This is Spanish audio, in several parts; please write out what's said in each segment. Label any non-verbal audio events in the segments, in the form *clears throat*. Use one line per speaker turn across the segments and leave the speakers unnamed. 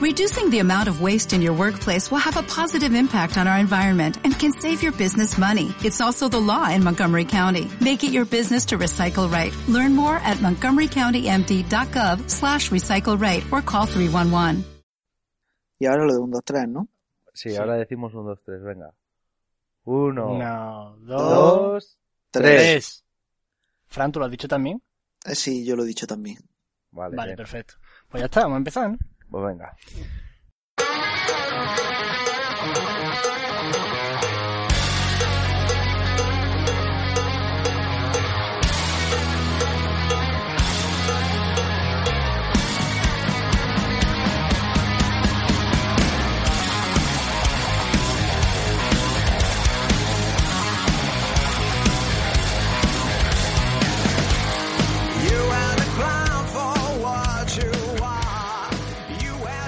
Reducing the amount of waste in your workplace will have a positive impact on our environment and can save your business money. It's also the law in Montgomery County. Make it your business to recycle right. Learn more at montgomerycountymd.gov slash recycle right or call 311.
Y ahora lo de 1, 2, 3, ¿no?
Sí, ahora decimos 1, 2, 3, venga. 1,
Uno, dos,
2,
Tres.
3.
tres. Fran, ¿tú lo has dicho también?
Eh, Sí, yo lo he dicho también.
Vale,
Vale,
bien.
perfecto. Pues ya está, vamos a empezar, ¿no?
pues venga.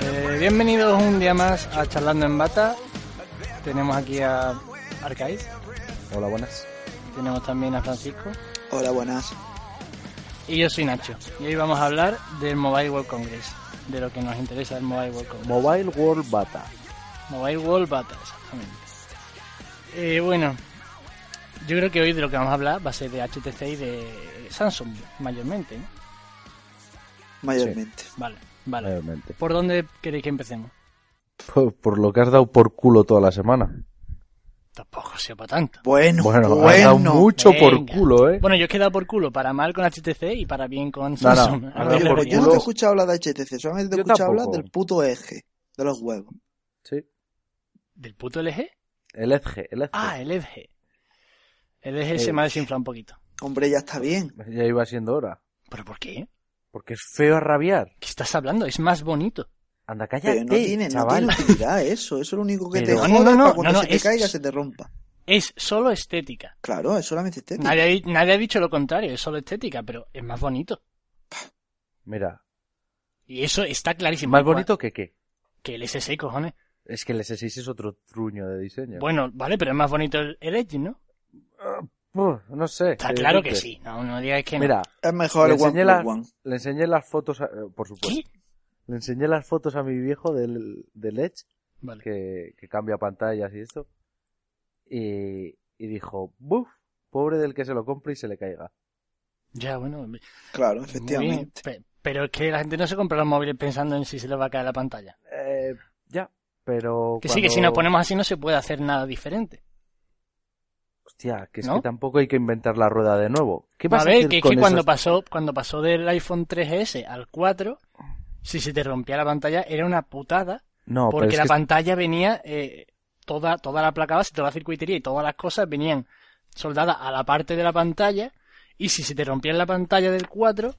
Eh, bienvenidos un día más a Charlando en Bata. Tenemos aquí a Arcaiz,
Hola, buenas.
tenemos también a Francisco
Hola, buenas.
y yo soy Nacho. Y hoy vamos a hablar del Mobile World Congress, de lo que nos interesa del Mobile World Congress.
Mobile World Bata.
Mobile World Bata, exactamente. Eh, bueno, yo creo que hoy de lo que vamos a hablar va a ser de HTC y de Samsung, mayormente. ¿no?
Mayormente.
Vale, vale.
Realmente.
¿Por dónde queréis que empecemos?
Por, por lo que has dado por culo toda la semana.
Tampoco sea para tanto.
Bueno,
Bueno,
bueno.
has dado mucho por
Venga.
culo, ¿eh?
Bueno, yo he quedado por culo para mal con HTC y para bien con
no,
Samsung.
has
A
dado
ver,
por
la
Yo no
verdad.
te he
culo.
escuchado hablar de HTC, solamente te he
Yo
escuchado hablar
tampoco.
del puto eje, de los huevos.
Sí.
¿Del puto LG?
El Edge, el Edge.
Ah, el LG. El LG se
Eh.
me ha desinflado un poquito.
Hombre, ya está bien.
Ya iba siendo hora.
¿Pero por qué?
Porque es feo a rabiar.
¿Qué estás hablando? Es más bonito.
Anda, cállate,
Pero no tiene, no
chaval.
tiene utilidad eso. Eso es lo único que te
Pero-
joda
No, no, no,
para cuando
no, no,
se te
es-
caiga se te rompa.
Es solo estética.
Claro, es solamente estético.
Nadie ha, di- nadie ha dicho lo contrario, es solo estética, pero es más bonito.
Mira,
Y eso está clarísimo.
más bonito que qué.
Que el SS, cojones.
Es que el S6 es otro truño de diseño.
Bueno, vale, pero es más bonito el, el Edge, ¿no?
Puh, no sé.
Está
¿qué
claro que
decirte?
sí. No, no digáis que no.
Mira,
Es mejor
Le
el One
enseñé
Plus
las-
One.
le enseñé las fotos, a- eh, por supuesto.
¿Qué?
Le enseñé las fotos a mi viejo del, del Edge,
Vale.
que, que cambia pantallas y esto. Y, y dijo, buf, pobre del que se lo compre y se le caiga.
Ya, bueno. muy bien.
Claro, efectivamente.
Pe- Pero es que la gente no se compra los móviles pensando en si se les va a caer la pantalla.
Eh, ya, pero...
Que sí, que si
cuando-
nos ponemos así no se puede hacer nada diferente.
Hostia, que es
¿No?
que tampoco hay que inventar la rueda de nuevo. ¿Qué vas
a
a,
ver,
hacer
que es
con
que cuando
esas-
pasó, cuando pasó del iPhone 3GS al 4, si se te rompía la pantalla era una putada,
No, pero
porque
es
la
que-
pantalla venía, eh, toda, toda la placa base, toda la circuitería y todas las cosas venían soldadas a la parte de la pantalla, y si se te rompía la pantalla del 4,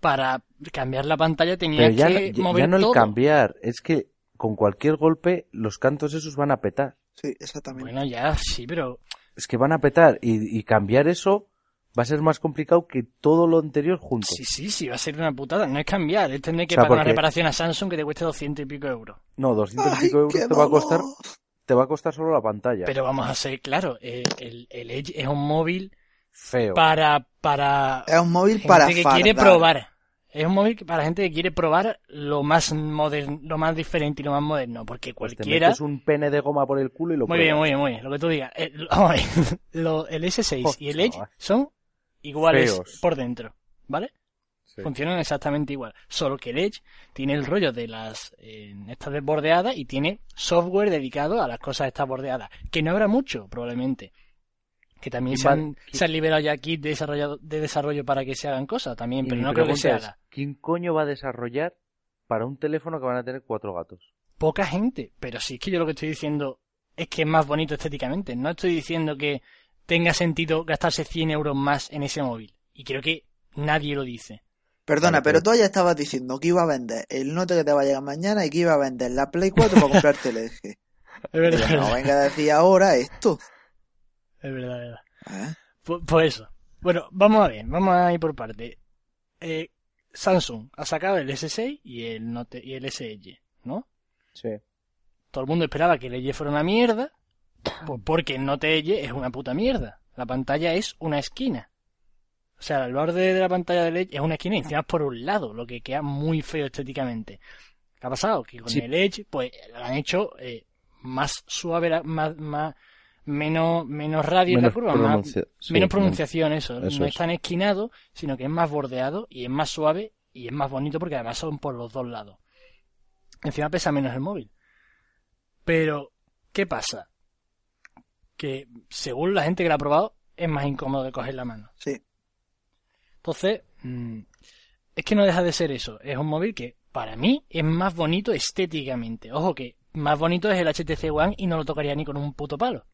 para cambiar la pantalla
Pero
tenías
ya, ya-
que
ya
mover
no el
todo.
cambiar, es que con cualquier golpe los cantos esos van a petar.
Sí, exactamente.
Bueno, ya, sí, pero
Es que van a petar y, y cambiar eso va a ser más complicado que todo lo anterior junto.
Sí, sí, sí, va a ser una putada. No es cambiar, es tener que
O sea,
pagar una
porque-
reparación a Samsung que te cueste 200 y pico euros.
No, 200 y
Ay,
pico euros
qué
te va a costar,
dolor.
te va a costar solo la pantalla.
Pero vamos a ser claro, eh, el, el Edge es un móvil
Feo.
para para
Es un móvil
gente
para
que
fardar.
quiere probar. Es un móvil que- para gente que quiere probar lo más moderno, lo más diferente y lo más moderno, porque
Pues te
cualquiera.
metes un pene de goma por el culo y lo
Muy bien, muy bien, muy bien. Lo *laughs* que tú digas. El, vamos a ver, lo- el S6 y el Edge
Hostia.
son iguales
Feos.
por dentro, ¿vale?
bien.
funcionan exactamente igual. Solo que el Edge tiene el rollo de las eh, estas desbordeadas y tiene software dedicado a las cosas estas bordeadas. Que no habrá mucho, probablemente. Que también se
Va-
han, se han liberado ya kits de desarrollo, de desarrollo para que se hagan cosas también, pero no creo que se haga.
¿Quién coño va a desarrollar para un teléfono que van a tener cuatro gatos?
Poca gente, pero sí es que yo lo que estoy diciendo es que es más bonito estéticamente. No estoy diciendo que tenga sentido gastarse 100 euros más en ese móvil. Y creo que nadie lo dice.
Perdona,
Vale,
pero
pero-
tú ya estabas diciendo que iba a vender el note que te va a llegar mañana y que iba a vender la Play 4 para
*laughs*
comprarte el eje.
Es verdad,
Pero no venga a decir ahora esto.
es verdad, es verdad.
¿eh?
Pues, pues eso. Bueno, vamos a ver, vamos a ir por parte. Eh, Samsung ha sacado el S6 y el Note y el SE, ¿no?
Sí.
Todo el mundo esperaba que el EY fuera una mierda, pues porque el Note EY es una puta mierda. La pantalla es una esquina. O sea, el borde de la pantalla del EY es una esquina y encima es por un lado, lo que queda muy feo estéticamente. ¿Qué ha pasado? Que con
Sí.
el Edge, pues la han hecho eh, más suave, la- más, más, menos, menos radio en la
Menos
curva, más,
pronuncia- sí,
menos
menos-
pronunciación, eso.
eso
no
es.
es tan esquinado, sino que es más bordeado y es más suave y es más bonito porque además son por los dos lados. Encima pesa menos el móvil. Pero, ¿qué pasa? Que según la gente que lo ha probado, es más incómodo de coger la mano.
Sí.
Entonces, mm, es que no deja de ser eso. Es un móvil que para mí es más bonito estéticamente. Ojo que más bonito es el HTC One y no lo tocaría ni con un puto palo.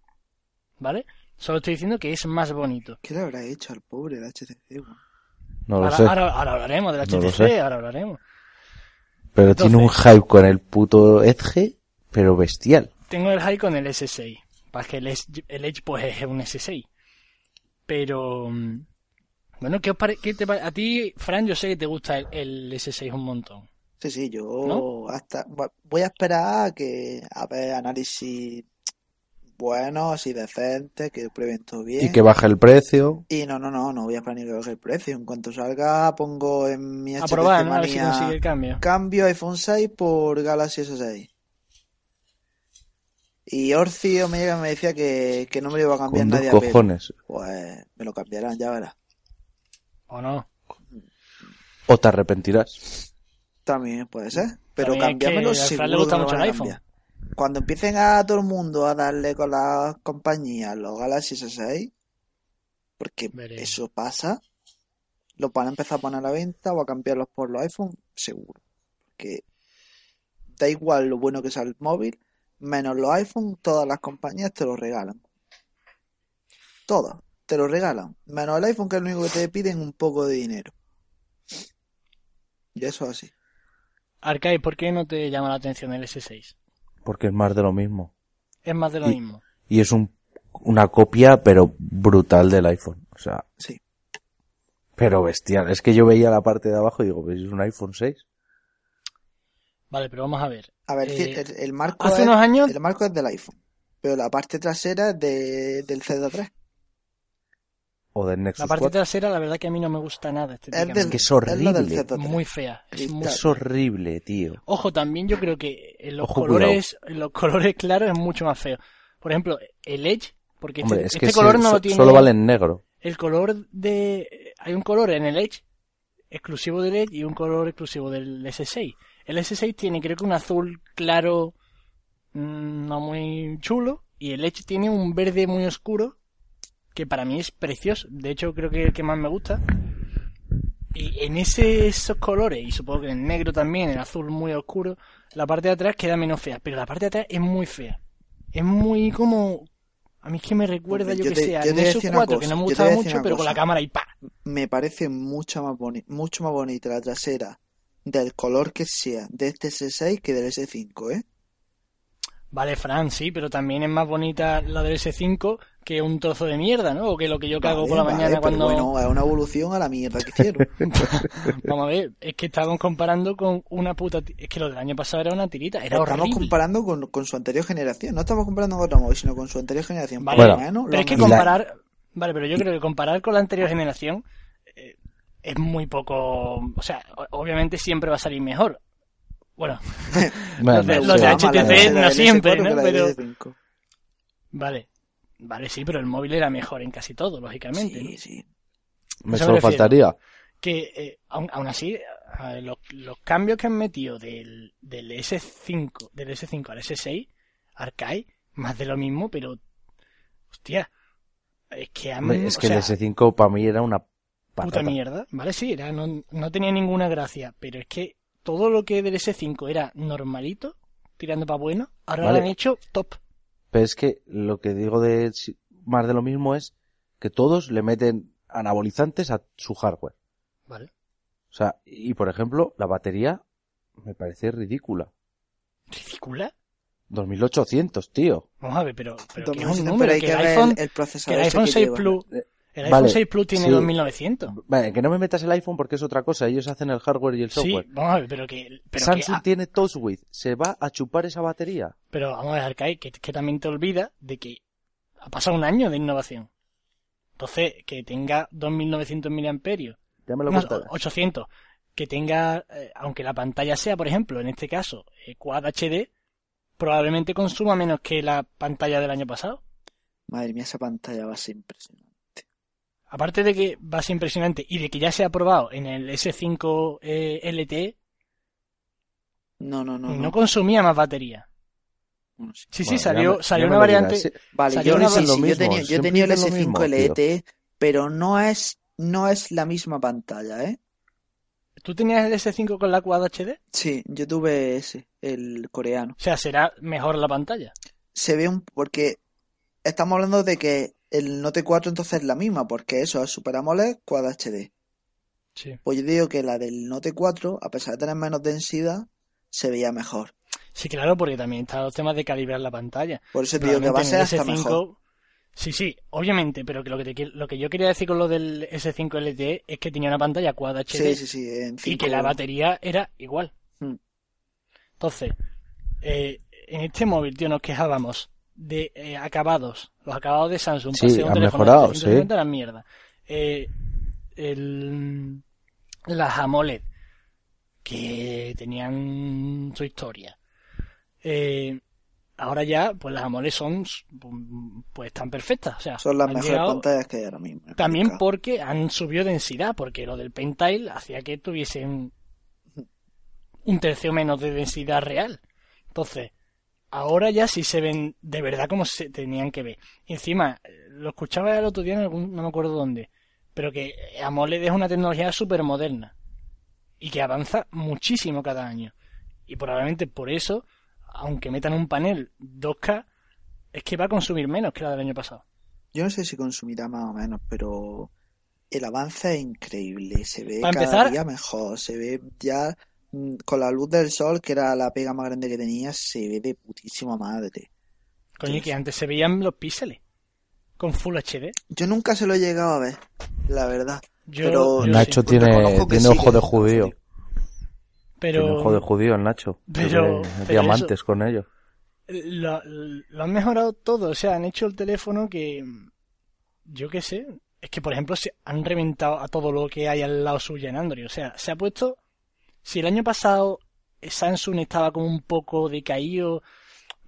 ¿Vale? Solo estoy diciendo que es más bonito.
¿Qué le habrá hecho al pobre el HTC? weón?
No lo
ahora,
sé.
ahora- ahora hablaremos del
No lo
HTC,
sé.
ahora hablaremos.
Pero tiene un hype con el puto Edge, pero bestial.
Tengo el high con el S6. Para que el Edge, el Edge, pues es un S6. Pero... mm, Bueno, ¿qué os pare- qué te pare- A ti, Fran, yo sé que te gusta el, el S6 un montón.
Sí, sí, yo
¿No?
hasta bu- voy a esperar a que a ver análisis buenos y decentes, que prueben todo
Y
bien.
que baja el precio.
Y no, no, no, no voy a esperar ni que baje el precio. En cuanto salga, pongo en mi
A
HTC
probar, ¿no? A ver si
Manía,
consigue el cambio.
cambio iPhone 6 por Galaxy S6. Y Orcio me llega y me decía que, que no me lo iba a cambiar
Con dos
nadie a pelo.
cojones.
Pues me lo cambiarán, ya verás.
¿O no?
O te arrepentirás.
También puede ser. Pero
También es
cambiármelo
que a Fran
seguro
le gusta
que lo
mucho
van a
el iPhone.
cambiar. Cuando empiecen a todo el mundo a darle con las compañías los Galaxy S6, porque
Veremos.
eso pasa, los van a empezar a poner a la venta o a cambiarlos por los iPhone, seguro. Que da igual lo bueno que sea el móvil, menos los iPhone, todas las compañías te los regalan. Todas, te los regalan. Menos el iPhone, que es lo único que te piden un poco de dinero. Y eso es así.
Arcade, ¿por qué no te llama la atención el S6?
Porque es más de lo mismo.
Es más de lo
Y-
mismo.
Y es un, una copia, pero brutal del iPhone. O sea,
Sí.
pero bestial. Es que yo veía la parte de abajo y digo, ¿veis es un iPhone 6?
Vale, pero vamos a ver.
A ver,
Eh,
sí, el, el marco
Hace
es,
unos años,
el marco es del iPhone, pero la parte trasera es de, del Z3.
O del Nexus
la parte
4.
trasera, la verdad que a mí no me gusta nada. este
Es,
estéticamente.
del,
que es
lo del
horrible.
Z3.
muy fea. Es muy-
Es horrible, tío.
Ojo, también yo creo que en los
Ojo,
colores, en los colores claros es mucho más feo. Por ejemplo, el Edge, porque este,
Hombre, es
este
que
color
se-
no
so-
lo tiene.
solo vale en negro.
El color de. Hay un color en el Edge exclusivo del Edge y un color exclusivo del S6. El S6 tiene, creo que un azul claro, mm, no muy chulo, y el Edge tiene un verde muy oscuro, que para mí es precioso. De hecho, creo que es el que más me gusta. Y en ese- esos colores, y supongo que en negro también, el azul muy oscuro, la parte de atrás queda menos fea, pero la parte de atrás es muy fea. Es muy como. A mí es que me recuerda,
Yo
yo,
te-
que sé, a
yo te voy a
Nexus
decir una
4, que
cosa,
no me
yo te
gustaba
voy a decir
mucho,
una
pero con la
cosa.
cámara y pa.
Me parece mucho más, boni- mucho más bonita la trasera del color que sea de este S6 que del S5, ¿eh?
Vale, Fran, sí, pero también es más bonita la del S5 que un trozo de mierda, ¿no? O que lo que yo cago
Vale,
por la
vale,
mañana
pero
cuando...
bueno, es una evolución a la mierda que hicieron.
*laughs*
Vamos a ver, es que estábamos comparando con una puta... ti- Es que lo del año pasado era una tirita, era
estamos
horrible.
comparando con, con su anterior generación. No estamos comparando con otro móvil, sino con su anterior generación.
Vale,
Por lo
Bueno,
menos, lo
pero es que
han
y la-
comparar... Vale, pero yo creo que comparar con la anterior generación eh, es muy poco... O sea, o- obviamente siempre va a salir mejor. Bueno,
Bueno,
de-
o
los de
sea,
Ama la
HTC
¿eh?
trasera
no
del S4
siempre,
que
¿no?
la del
Pero-
S5.
vale. Vale, sí, pero el móvil era mejor en casi todo, lógicamente. ¿no?
Sí, sí.
me
eso me
solo
refiero.
faltaría.
que eh, aun- aun así eh, los, los cambios que han metido del, del S5 del S5 al S6 Arcai más de lo mismo pero hostia es que han
Hombre, Es
o
que
sea,
el S5 para mí era una
puta
patata.
mierda vale sí era no, no tenía ninguna gracia pero es que todo lo que del S5 era normalito tirando para bueno ahora
Vale.
lo han hecho top
Pero es que lo que digo de si- más de lo mismo es que todos le meten anabolizantes a su hardware.
vale
O sea, y por ejemplo, la batería me parece ridícula.
ridícula
2800, tío.
vamos a ver pero, pero que es
Entonces,
un
pero
número
hay
que
que
el
ver
iPhone
el
que
procesador
el
ese
iPhone
que
6
lleva.
Plus el
Vale,
iPhone 6 Plus tiene
sí.
2900
Vale, que no me metas el iPhone porque es otra cosa. Ellos hacen el hardware y el software.
Sí, vamos a ver, pero que. Pero, que-
Samsung
ah,
tiene TouchWiz. ¿Se va a chupar esa batería?
pero vamos a dejar caer que, que también te olvida de que ha pasado un año de innovación. Entonces, que tenga 2.900 miliamperios,
Ya me lo
unos
contarás.
800, que tenga, eh, aunque la pantalla sea, por ejemplo, en este caso, eh, Quad HD, probablemente consuma menos que la pantalla del año pasado.
Madre mía, esa pantalla va a ser impresionante.
Aparte de que va a ser impresionante y de que ya se ha probado en el S5 eh, LTE,
No, no, no.
no,
no.
consumía más batería.
Bueno, sí.
Sí,
Bueno,
sí,
ya
salió,
me-
salió
ya me
una
lo dirás, ¿eh?
variante.
sí.
Vale,
Salió
yo,
una
sí, sí,
versión-
yo
lo
he tenido-
mismo,
yo he tenido el
siempre dicen lo
S5
mismo,
LTE, E pero no es, no es la misma pantalla, ¿eh?
¿Tú tenías el S5 con la Quad HD?
Sí, yo tuve ese, el coreano.
O sea, será mejor la pantalla.
Se ve un... porque estamos hablando de que el Note 4 entonces es la misma, porque eso es Super AMOLED Quad HD.
Sí.
Pues yo digo que la del Note 4, a pesar de tener menos densidad, se veía mejor.
Sí, claro, porque también está los temas de calibrar la pantalla.
Por eso te digo que va a
Probablemente
ser
en
hasta
el S5
mejor.
Sí, sí, obviamente, pero que lo que, te quiero- lo que yo quería decir con lo del S5 LTE E es que tenía una pantalla Quad
Sí,
HD
sí, sí, en
y
cinco-
que la batería era igual.
Mm.
Entonces, eh, en este móvil, tío, nos quejábamos de eh, acabados. Los acabados de Samsung.
Sí,
para ser
han
teléfono
mejorado,
de 750 era mierda. Eh, el- las AMOLED, que tenían su historia. Eh, ahora ya, pues las AMOLED son, pues están perfectas. O sea,
Son las
han
mejores
llegado-
pantallas que hay ahora mismo. en el
también
mercado.
porque han subido densidad, porque lo del Pentile hacía que tuviesen un tercio menos de densidad real. Entonces, ahora ya sí se ven de verdad como se tenían que ver. Y encima, eh, lo escuchaba el otro día en algún, no me acuerdo dónde, pero que AMOLED es una tecnología súper moderna y que avanza muchísimo cada año. Y probablemente por eso, aunque metan un panel 2K, es que va a consumir menos que la del año pasado.
Yo no sé si consumirá más o menos, pero el avance es increíble. Se ve
Para
cada
empezar-
día mejor. Se ve ya mm, con la luz del sol, que era la pega más grande que tenía, se ve de putísima madre.
Coño,
Sí.
que antes se veían los píxeles con Full HD.
Yo nunca se lo he llegado a ver, la verdad.
Yo,
Pero-
yo sí.
Nacho
Pues
tiene,
reconozco que
tiene
sí, que
ojo de
es un
judío.
¿eh? pero
Tiene ojo de judío el Nacho.
Pero-
Tiene
pero
diamantes con ellos.
lo, lo han mejorado todo. O sea, han hecho el teléfono que. Yo qué sé. Es que, por ejemplo, se han reventado a todo lo que hay al lado suyo en Android. O sea, se ha puesto. Si el año pasado Samsung estaba como un poco decaído,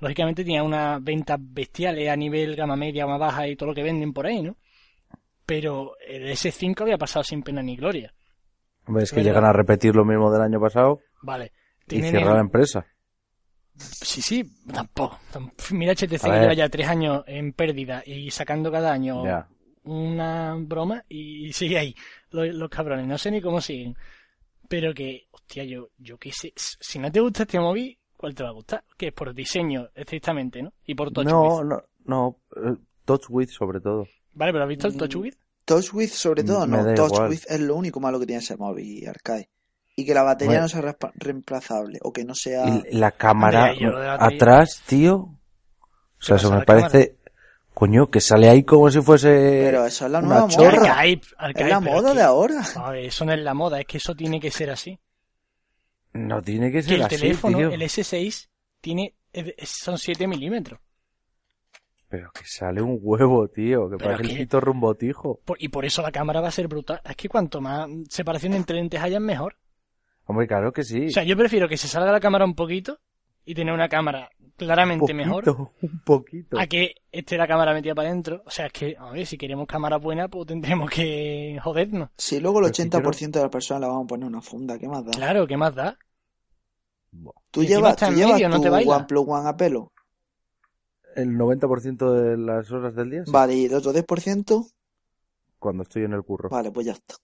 lógicamente tenía unas ventas bestiales a nivel gama media, gama baja y todo lo que venden por ahí, ¿no? Pero el S5 había pasado sin pena ni gloria.
Hombre, es que
Pero-
llegan a repetir lo mismo del año pasado
Vale.
y
tienen
cierran
el-
la empresa.
Sí, sí, tampoco. Tam- Mira
A
HTC que
ver.
lleva ya tres años en pérdida y sacando cada año
Ya.
una broma y sigue ahí. Lo- Los, cabrones, no sé ni cómo siguen. Pero que, hostia, yo, yo qué sé. S- Si no te gusta este móvil, ¿cuál te va a gustar? Que es por diseño, estrictamente, ¿no? Y por
No,
TouchWiz.
no, no. eh, Touch With sobre todo.
Vale, pero ¿has visto el
Mm.
TouchWiz?
TouchWiz, sobre todo,
Mm, Me
no.
da igual.
TouchWiz es lo único malo que tiene ese móvil, Arcade. Y que la batería
Bueno.
no sea respa- reemplazable, o que no sea.
Y la cámara
Hombre, yo de la tele-
atrás, tío. O sea,
pasa
eso me
la cámara?
parece... Coño, que sale ahí como si fuese...
Pero eso es la
una
nueva
chorra.
moda.
Arcaic,
Es
Arcaic,
la
pero
moda
que-
de ahora.
A ver, eso no es la moda, es que eso tiene que ser así.
No tiene que
Que
ser
el
así,
teléfono,
tío.
el S6, tiene, es- son 7 milímetros.
Pero que sale un huevo, tío. Que
Pero
parece
que-
el pito rumbotijo.
Por- y por eso la cámara va a ser brutal. Es que cuanto más separación entre lentes hayan, mejor.
Hombre, claro que sí.
O sea, yo prefiero que se salga la cámara un poquito y tener una cámara claramente mejor
poquito, un poquito.
a que esté la cámara metida para adentro. O sea, es que, a ver, si queremos cámara buena, pues tendremos que jodernos.
Si luego el
Pero si
80% de las personas le vamos a poner una funda, ¿qué más da?
Claro, ¿qué más da?
Tú
Y encima
llevas,
está
tú
en
llevas
medio, no
tu
te baila.
OnePlus One a pelo.
El 90% de las horas del día, sí.
Vale, y el otro 10%,
cuando estoy en el curro.
vale, pues ya está.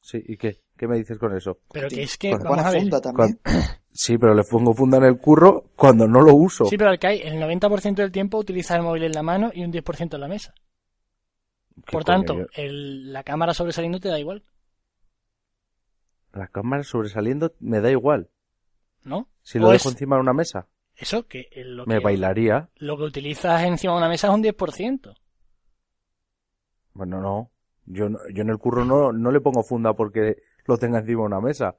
Sí, ¿y qué? ¿Qué me dices con eso?
Pero que
Sí,
es que,
con-
vamos
Buena
a ver.
funda también.
Cuan- *clears throat* Sí, pero le pongo funda en el curro cuando no lo uso.
Sí, pero Arcai, el 90% del tiempo utiliza el móvil en la mano y un 10% en la mesa.
¿Qué coño,
Por tanto,
yo-
el- la cámara sobresaliendo te da igual,
La cámara sobresaliendo me da igual.
¿no?
Si lo
O
dejo
es-
encima de una mesa,
Eso, que eh, lo
me
que,
bailaría.
lo que utilizas encima de una mesa es un 10%.
Bueno, no. Yo, no- yo en el curro no, no le pongo funda porque lo tenga encima de una mesa.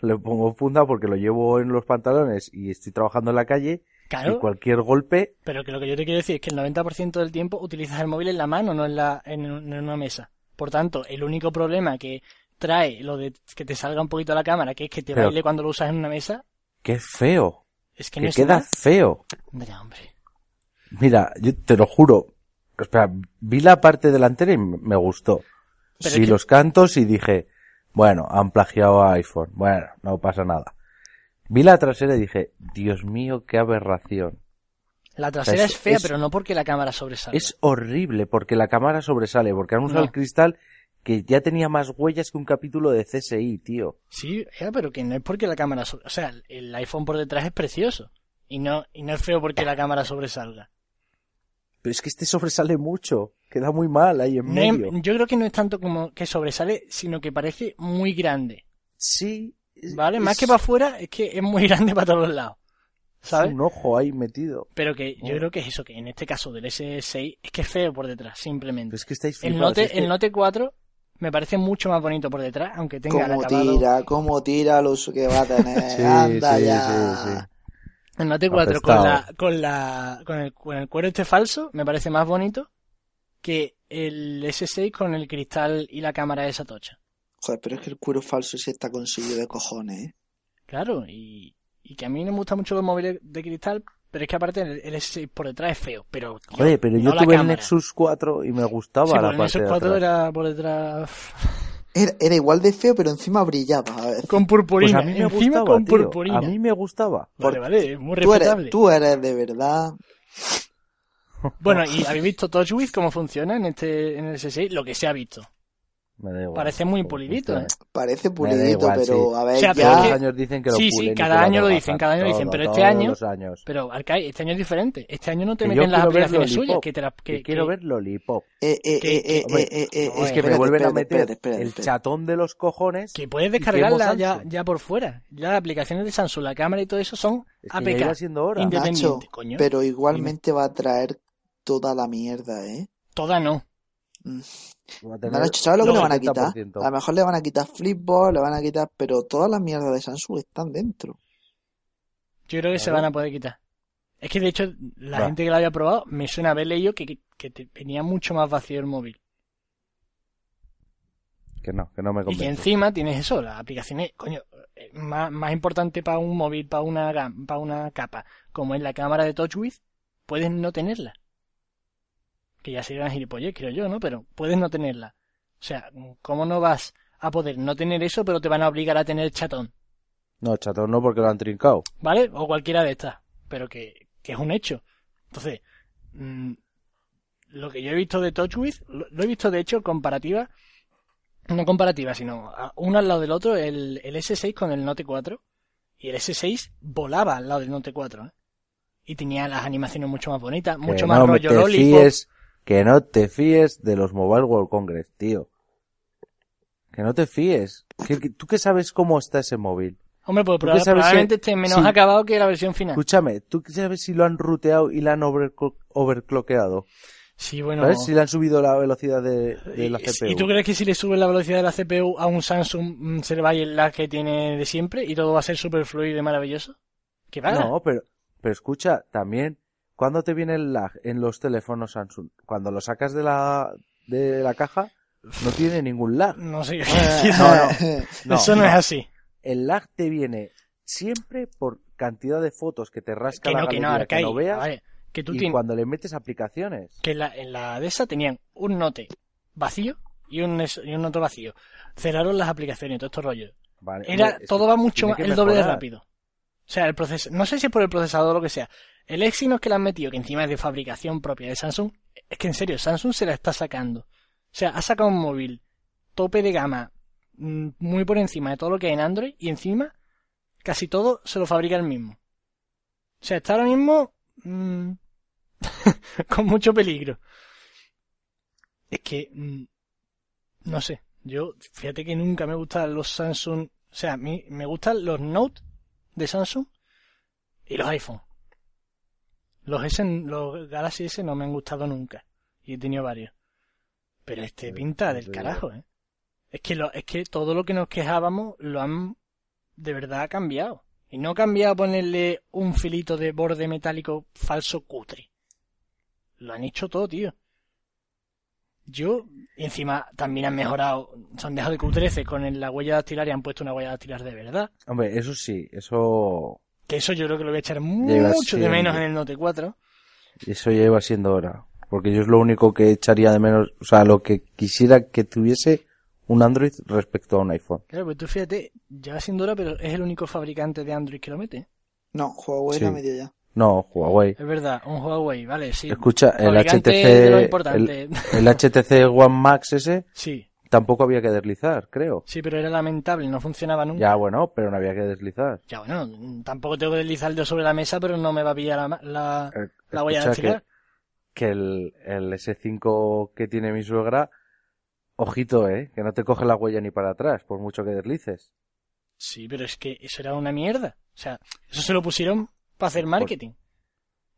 Le pongo funda porque lo llevo en los pantalones y estoy trabajando en la calle y
Claro,
cualquier golpe,
pero que lo que yo te quiero decir es que el 90% del tiempo utilizas el móvil en la mano, no en, la, en, un- en una mesa. Por tanto, el único problema que trae lo de que te salga un poquito a la cámara, que es que te
Pero-
baile cuando lo usas en una mesa,
Qué feo.
es que
Que
no es
queda
nada.
feo.
Mira, hombre.
Mira, yo te lo juro. Espera, vi la parte delantera y me me gustó.
Pero
sí,
es que-
los cantos y dije, bueno, han plagiado a iPhone. Bueno, no pasa nada. Vi la trasera y dije, Dios mío, qué aberración.
La trasera
es-
es fea,
es-
pero no porque la cámara sobresalga.
Es horrible porque la cámara sobresale, porque han usado
No.
el cristal que ya tenía más huellas que un capítulo de CSI, tío.
Sí, eh, pero que no es porque la cámara... sobre- O sea, el iPhone por detrás es precioso. Y no, y no es feo porque la cámara sobresalga.
Pero es que este sobresale mucho, queda muy mal ahí en
No es-
medio.
yo creo que no es tanto como que sobresale, sino que parece muy grande.
Sí, es-
¿Vale? Más
es
que para afuera, es que es muy *laughs* grande para todos lados. ¿Sabes?
un ojo ahí metido.
Pero que yo
Bueno.
creo que es eso, que en este caso del S6 es que es feo por detrás, simplemente.
Pero es que estáis
el,
flipados,
note,
es que-
el Note 4 me parece mucho más bonito por detrás, aunque tenga el
¿Cómo
acabado.
tira? ¿Cómo tira lo uso que va a
*laughs*
tener?
Sí,
Anda
sí,
ya.
sí, sí.
El Note 4 con,
Apestado.
la, con, la, con, el, con el cuero este falso me parece más bonito que el S6 con el cristal y la cámara esa tocha.
Joder, pero es que el cuero falso sí está conseguido de cojones, ¿eh?
Claro, y, y que a mí no me gustan mucho los móviles de cristal, pero es que aparte el, el S6 por detrás es feo. Pero,
Joder, pero yo
no la
tuve el
cámara.
Nexus 4 y me gustaba
Sí,
la
pero
parte
el Nexus
de
4
atrás.
era por detrás *laughs*
Era, era igual de feo, pero encima brillaba. A ver,
con
Pues
purpurina.
a mí me
encima
gustaba,
con
tío,
purpurina.
A mí me gustaba.
Vale, vale, es muy
tú
respetable.
eres, tú eres de verdad.
Bueno, ¿y habéis visto TouchWiz cómo funciona en este en el S6? Lo que se ha visto.
Me da igual.
Parece muy
Pues,
pulidito,
pues,
¿eh?
Parece
Me da
pulidito,
igual,
pero
sí.
a ver,
O sea, pero
Todos
es
ya.
los
que-
años dicen que lo
Sí, sí,
pulen y
cada
que lo
año lo
rebajan.
dicen, cada año lo dicen,
Todo,
pero este
todos
año-
los años.
Pero, Arcai, este año es diferente. Este año no te
Que yo
meten las
quiero ver
aplicaciones
Lollipop,
suyas que te la- que-
que quiero
que-
ver Lollipop.
eh, eh,
que-
eh,
que-
eh,
hombre,
eh, eh,
es
eh,
que me
espérate,
vuelven a
espérate,
meter
espérate, espérate,
el
espérate.
chatón de los cojones.
que puedes
y que
descargarla
hemos
ya,
ancho.
ya por fuera. Ya las aplicaciones de Samsung, la cámara y todo eso son
Es que ya
APK.
iba siendo hora.
Inde- independiente,
Nacho,
coño.
pero igualmente va a traer toda la mierda, ¿eh?
Toda no.
Va a
No,
tener
Nacho, ¿sabes lo que
los
le van a quitar?
70%.
A lo mejor le van a quitar Flipboard, le van a quitar, pero todas las mierdas de Samsung están
*laughs*
dentro.
Yo creo que se
Claro.
van a poder quitar. Es que de hecho, la
Va.
gente que la había probado, me suena haber leído que, que, que te- venía mucho más vacío el móvil.
Que no, que no me
Y que
convence.
encima tienes eso, las aplicaciones, coño, eh, más, más importante para un móvil, para una, gam- para una capa, como es la cámara de TouchWiz, puedes no tenerla. Que ya sería una gilipollez, creo yo, ¿no? Pero puedes no tenerla. O sea, ¿cómo no vas a poder no tener eso, pero te van a obligar a tener chatón?
No, chatón no, porque lo han trincado.
¿Vale? O cualquiera de estas. Pero que, que es un hecho. Entonces, mm, lo que yo he visto de TouchWiz, lo, lo he visto de hecho comparativa, no comparativa, sino a- uno al lado del otro, el, el S6 con el Note 4. Y el S6 volaba al lado del Note 4. ¿eh? Y tenía las animaciones mucho más bonitas,
Que
mucho
no
más
me
rollo
te
Lollipop.
fíes, que no te fíes de los Mobile World Congress, tío. Que no te fíes. Que- que- ¿Tú qué sabes cómo está ese móvil?
Hombre, pues
¿Tú qué
proba-
sabes
probablemente
que-
esté menos
sí.
acabado que la versión final.
Escúchame, ¿tú qué sabes si lo han ruteado y lo han overclo- overcloqueado?
Sí, bueno.
¿Sabes si le han subido la velocidad de, de la
¿Y-
CPU?
¿Y tú crees que si le sube la velocidad de la CPU a un Samsung mm, se le va a ir la que tiene de siempre y todo va a ser súper fluido y maravilloso? ¿Qué va?
No, pero, pero escucha, también, ¿cuándo te viene el lag en los teléfonos Samsung? Cuando lo sacas de la, de la caja, no tiene ningún lag.
No sé.
Eh, No, no, no.
*laughs* Eso no, es así.
El lag te viene siempre por cantidad de fotos que te rasca
Que
la
no, que no,
galería, que
Arcai.
no veas,
Vale, que tú
y
tienes.
cuando le metes aplicaciones.
Que en la, en la de esa tenían un note vacío y un, es- y un otro vacío. Cerraron las aplicaciones y todo este rollo.
Vale,
Era,
hombre, es
todo
que
va mucho
tiene
más,
que
el doble de
mejorar.
rápido. O sea, el proceso, no sé si es por el procesador o lo que sea. El Exynos que le han metido, que encima es de fabricación propia de Samsung, es que en serio, Samsung se la está sacando. O sea, ha sacado un móvil tope de gama, mm, muy por encima de todo lo que hay en Android, y encima casi todo se lo fabrica el mismo. O sea, está ahora mismo mm, *laughs* con mucho peligro. Es que, mm, no sé, yo fíjate que nunca me gustan los Samsung, o sea, a mí me gustan los Note de Samsung y los iPhone. Los S, los Galaxy S no me han gustado nunca y he tenido varios. Pero este
Eh,
pinta
no
del
te digo.
carajo, ¿eh? Es que lo, es que todo lo que nos quejábamos lo han de verdad cambiado. Y no cambiado ponerle un filito de borde metálico falso cutre. Lo han hecho todo, tío. Yo, y encima también han mejorado, se han dejado de Q13 con el- la huella dactilar y han puesto una huella dactilar de verdad.
Hombre, eso sí, eso,
Que eso yo creo que lo voy a echar
Lleva
mucho de
siendo.
menos en el Note 4.
eso ya iba siendo hora. Porque yo es lo único que echaría de menos, o sea, lo que quisiera que tuviese un Android respecto a un iPhone.
Claro, pues tú fíjate, ya siendo hora, pero es el único fabricante de Android que lo mete.
No, Huawei la
Sí.
medio ya.
No, Huawei.
Es verdad, un Huawei, vale, sí.
Escucha, el
Fabricante de lo
HTC,
importante. *laughs*
el, el HTC One Max ese
Sí,
tampoco había que deslizar, creo.
sí, pero era lamentable, no funcionaba nunca.
Ya bueno, pero no había que deslizar.
Ya, bueno, tampoco tengo que deslizar el dedo sobre la mesa, pero no me va a pillar la, ma- la,
Eh,
la huella
escucha que-
dactilar.
que el, el S5 que tiene mi suegra, ojito, ¿eh? Que no te coge la huella ni para atrás, por mucho que deslices.
Sí, pero es que eso era una mierda. O sea, eso se lo pusieron para
Pues
hacer marketing.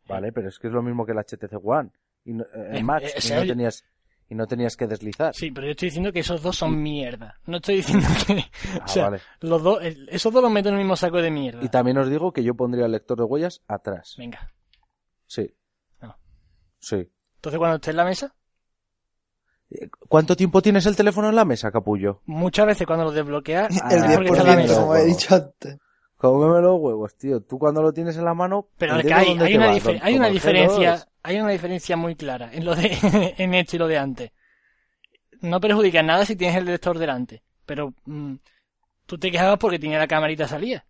Vale, pero es que es lo mismo que el HTC One y no- eh,
Eh,
el Max,
eh,
y,
ese
no
es el-
tenías, y no tenías que deslizar.
Sí, pero yo estoy diciendo que esos dos son mierda. No estoy diciendo que...
Ah,
o sea,
vale.
los dos, el- esos dos los meto en el mismo saco de mierda.
Y también os digo que yo pondría el lector de huellas atrás.
Venga.
Sí.
Ah.
Sí.
Entonces, cuando esté en la mesa,
¿Cuánto tiempo tienes el teléfono en la mesa, capullo?
muchas veces cuando lo desbloqueas...
Ah,
el
es porque está en
10%,
la
como
mesa.
he dicho antes.
Cómeme los huevos, tío. Tú cuando lo tienes en la mano...
Pero
el
es que
dedo
hay,
¿dónde
hay
te
una,
va?
difer-
¿Dónde-
hay una
como el G2?
diferencia, hay una diferencia muy clara en lo de, *laughs* en este y lo de antes. No perjudica nada si tienes el lector delante, pero mm, tú te quejabas porque tenía la camarita salida.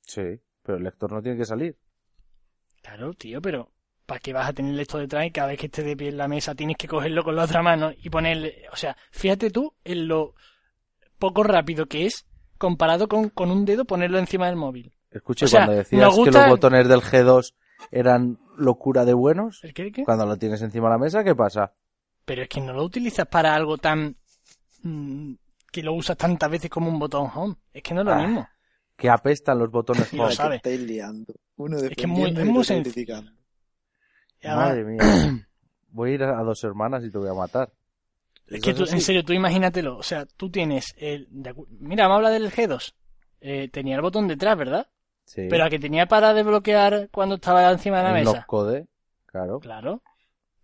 Sí, pero el lector no tiene que salir.
Claro, tío, pero ¿para qué vas a tener esto detrás y cada vez que esté de pie en la mesa tienes que cogerlo con la otra mano y ponerle... O sea, fíjate tú en lo poco rápido que es comparado con, con un dedo ponerlo encima del móvil.
Escucha,
O
y
sea,
cuando decías
nos
que
gusta-
los botones del G2 eran locura de buenos,
¿El qué, el qué?
cuando lo tienes encima de la mesa, ¿qué pasa?
Pero es que no lo utilizas para algo tan... mm, que lo usas tantas veces como un botón home. Es que no es lo
Ah,
mismo.
Que apestan los
*laughs*
botones
Lo
home.
Es que
sabe.
estáis liando. Uno
que es muy-
defendiendo
es
y
muy
otro
sencillo.
criticando.
Y ahora- *clears throat*
Madre mía. Voy a ir a dos hermanas y te voy a matar.
Es que
Eso
tú,
es
en
así.
serio, tú imagínatelo. O sea, tú tienes el... de acu- Mira, me habla del G2. Eh, tenía el botón detrás, ¿verdad?
Sí.
Pero a que tenía para desbloquear cuando estaba encima de la
En
mesa.
los code, claro.
Claro.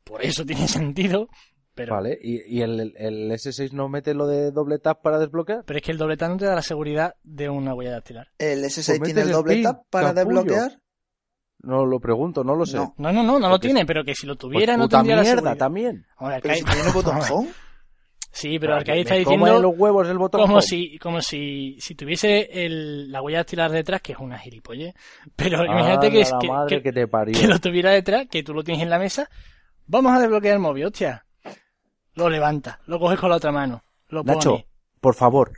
Por eso *laughs* tiene sentido. Pero,
Vale. ¿Y, y el, el S6 no mete lo de doble tap para desbloquear?
pero es que el doble tap no te da la seguridad de una huella dactilar.
El S6
Pues
tiene el
métele
doble
pin,
tap para
capullo.
desbloquear.
No lo pregunto, no lo sé.
No.
No, no, no, no lo
Porque-
tiene, pero que si lo
Pues
tuviera no
puta
tendría la
mierda
seguridad.
también.
Ahora,
Pero si
Arcade-
tiene
*laughs*
botón home,
Sí, pero Arcade
Me
está
come
diciendo
los huevos el botón
como
home.
si, como si, si tuviese el- la huella dactilar detrás, que es una gilipolle. *laughs* Pero
Ah,
imagínate que, es-
la
que-
madre
que-
que te parió.
que lo tuviera detrás, que tú lo tienes en la mesa. Vamos a desbloquear el móvil, hostia. Lo levanta, lo coges con la otra mano, lo
Nacho,
pones.
por favor,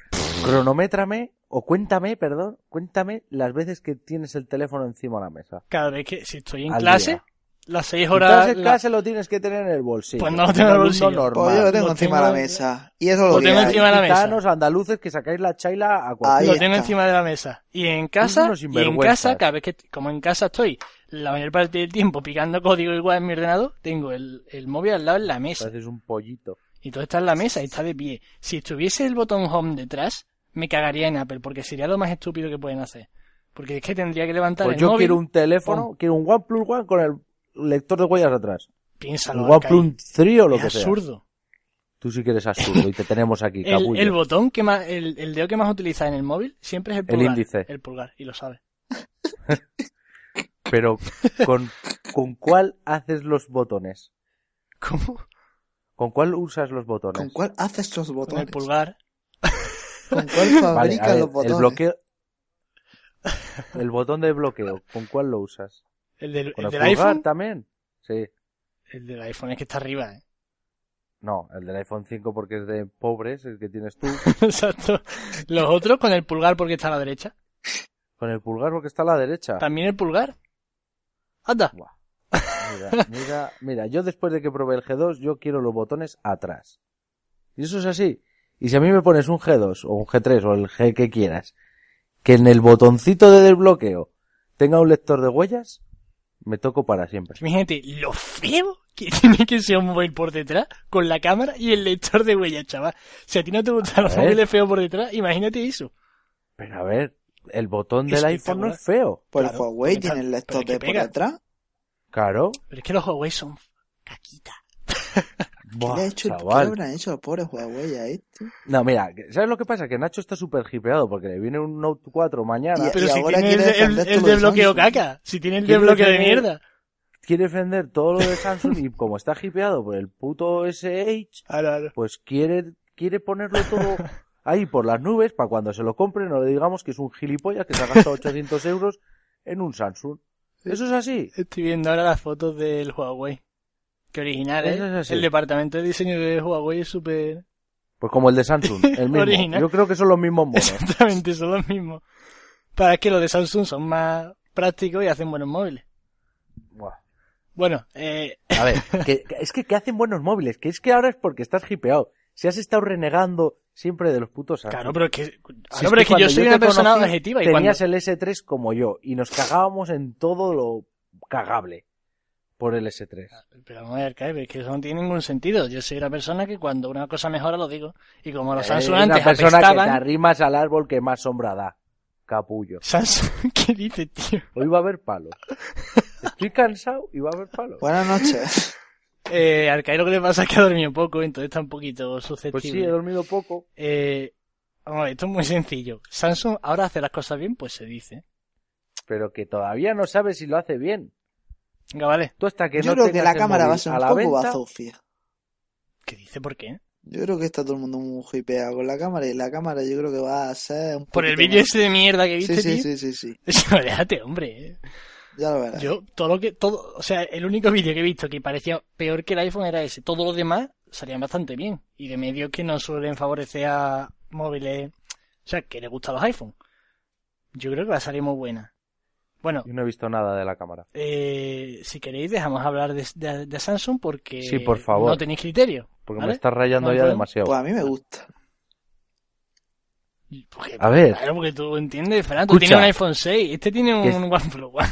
cronométrame o cuéntame, perdón, cuéntame las veces que tienes el teléfono encima de la mesa.
Cada vez que, si estoy en
Al
clase,
día.
las seis horas,
Ahora en
la-
clase lo tienes que tener en el bolsillo.
Pues no lo tengo en el
Un alumno
bolsillo.
pues yo lo
normal.
tengo
Lo
encima de la
tengo-
mesa. Y eso
lo
lo que
tengo
hay.
encima de la mesa.
Gitanos, andaluces que sacáis la chaila a
Ahí
cualquier.
lo
está.
tengo encima de la mesa. Y en casa,
unos
y en casa,
sinvergüenzas.
cada vez que, como en casa estoy la mayor parte del tiempo picando código igual en mi ordenador, tengo el, el móvil al lado en la mesa.
Pareces un pollito.
Y todo está en la mesa y está de pie. Si estuviese el botón home detrás, me cagaría en Apple, porque sería lo más estúpido que pueden hacer. Porque es que tendría que levantar
Pues
el
yo
móvil.
quiero un teléfono, quiero un OnePlus One con el lector de huellas atrás.
Piénsalo,
Un
Arcai,
OnePlus 3 o lo
es
que sea.
absurdo.
Tú sí que eres absurdo y te tenemos aquí,
*laughs* El,
capullo.
el botón que más, el, el dedo que más utilizas en el móvil siempre es el
El
pulgar.
índice.
El pulgar, y lo sabes.
Pero, ¿con, ¿con cuál haces los botones?
*laughs* ¿Cómo?
¿Con cuál usas los botones?
¿Con cuál haces los
Con
botones?
el pulgar.
¿Con cuál
Vale,
fabricas
a ver,
los botones?
El bloqueo. El botón de bloqueo, ¿con cuál lo usas?
El del,
¿Con
el
el
del
pulgar
iPhone.
también? Sí.
El del iPhone es que está arriba, ¿eh?
No, el del iPhone 5 porque es de pobres, el que tienes
*laughs*
tú.
Exacto. Los otros con el pulgar porque está a la derecha.
Con el pulgar porque está a la derecha.
También el pulgar. Anda.
Buah. Mira, mira, mira, yo después de que probé el G2, yo quiero los botones atrás. Y eso es así. Y si a mí me pones un G2 o un G3 o el G que quieras, que en el botoncito de desbloqueo tenga un lector de huellas, me toco para siempre.
Imagínate lo feo que *laughs* tiene que ser un móvil por detrás con la cámara y el lector de huellas, chaval. Si a ti no te gustan los
ver.
móviles feos por detrás, imagínate eso.
Pero a ver, el botón del
Espectacular.
iPhone no es feo.
Pues el
Claro,
Huawei
porque
tiene el
tal- pero
lector
es que
de por
pega.
detrás.
Claro,
Pero es que los Huawei son caquita.
¿Qué
Buah,
le ha hecho el- qué le
chaval.
habrán hecho al pobre Huawei a este?
No, mira, ¿sabes lo que pasa? Que Nacho está súper hipeado porque le viene un Note 4 mañana.
Y-
Pero si
ahora
tiene el,
quiere
de- el,
defender
el
todo
de
el
bloqueo
Samsung.
caca. Si tiene el de
Quiere
bloqueo de
defender-
mierda.
Quiere defender todo lo de Samsung y como está hipeado por el puto SH,
Ahora, ahora.
pues quiere, quiere ponerlo
*laughs*
todo ahí por las nubes para cuando se lo compre no le digamos que es un gilipollas que se ha
*laughs*
gastado 800 euros en un Samsung. Eso es así.
Estoy viendo ahora las fotos del Huawei. Qué original,
Pues
Eso es
¿eh?
así.
El departamento de diseño de Huawei es súper...
Pues como el de
*laughs*
Samsung, el mismo.
Original.
Yo creo que son los
*laughs*
mismos monos.
Exactamente, son los mismos. Para que los de Samsung son más prácticos y hacen buenos móviles.
Buah.
Bueno, eh,
A ver, que, que- es que, que hacen buenos móviles, que es que ahora es porque estás hipeado. Si has estado renegando siempre de los putos Samsung.
claro, pero es que,
Si
ah, no, pero es que yo
cuando
soy
te
una persona
conocí,
objetiva y cuando...
Tenías el S3 como yo y nos cagábamos en todo lo cagable por el S3.
Pero vamos a ver, Kai, pero es que eso no tiene ningún sentido. Yo soy una persona que cuando una cosa mejora lo digo. Y como los Samsung
Eres una
antes
persona que te
apestaban...
arrimas al árbol que más sombra da. Capullo.
Samsung, *laughs* ¿qué dices, tío?
Hoy va a haber
*laughs*
palo. Estoy cansado y va a haber palo.
Pues
Buenas
*laughs*
noches.
Eh, al Kai lo que le pasa es que ha dormido poco, entonces está un poquito susceptible.
Pues sí, he dormido poco.
Eh, vamos a ver, esto es muy sencillo. Samsung ahora hace las cosas bien, pues se dice.
Pero que todavía no sabes si lo hace bien.
Venga, vale.
Tú hasta que
Yo
no
creo que
tengas
la
el
cámara va a
móvil
ser
a
un
la
poco
venta,
bazofia.
¿Qué dice por qué?
Yo creo que está todo el mundo muy hipeado con la cámara y la cámara yo creo que va a ser un
Por el
poquito
vídeo
más-
ese de mierda que viste,
Sí, sí, Ah.
tío.
sí, sí, sí.
*laughs* Eso, déjate, hombre. eh.
Ya lo verás.
Yo, todo lo que, todo, o sea, el único vídeo que he visto que parecía peor que el iPhone era ese. Todos los demás salían bastante bien. Y de medios que no suelen favorecer a móviles, o sea, que les gustan los iPhone. Yo creo que va a salir muy buena. Bueno,
yo no he visto nada de la cámara.
eh, si queréis dejamos hablar de, de- de Samsung porque
Sí, por favor.
no tenéis criterio.
Porque
¿vale?
me estás rayando
No,
ya
pero-
demasiado.
Pues a mí me gusta.
Porque-
A ver.
Claro, porque tú entiendes, Fernando. Tú
Escucha.
tienes un iPhone 6, este tiene
Que es-
un OnePlus One.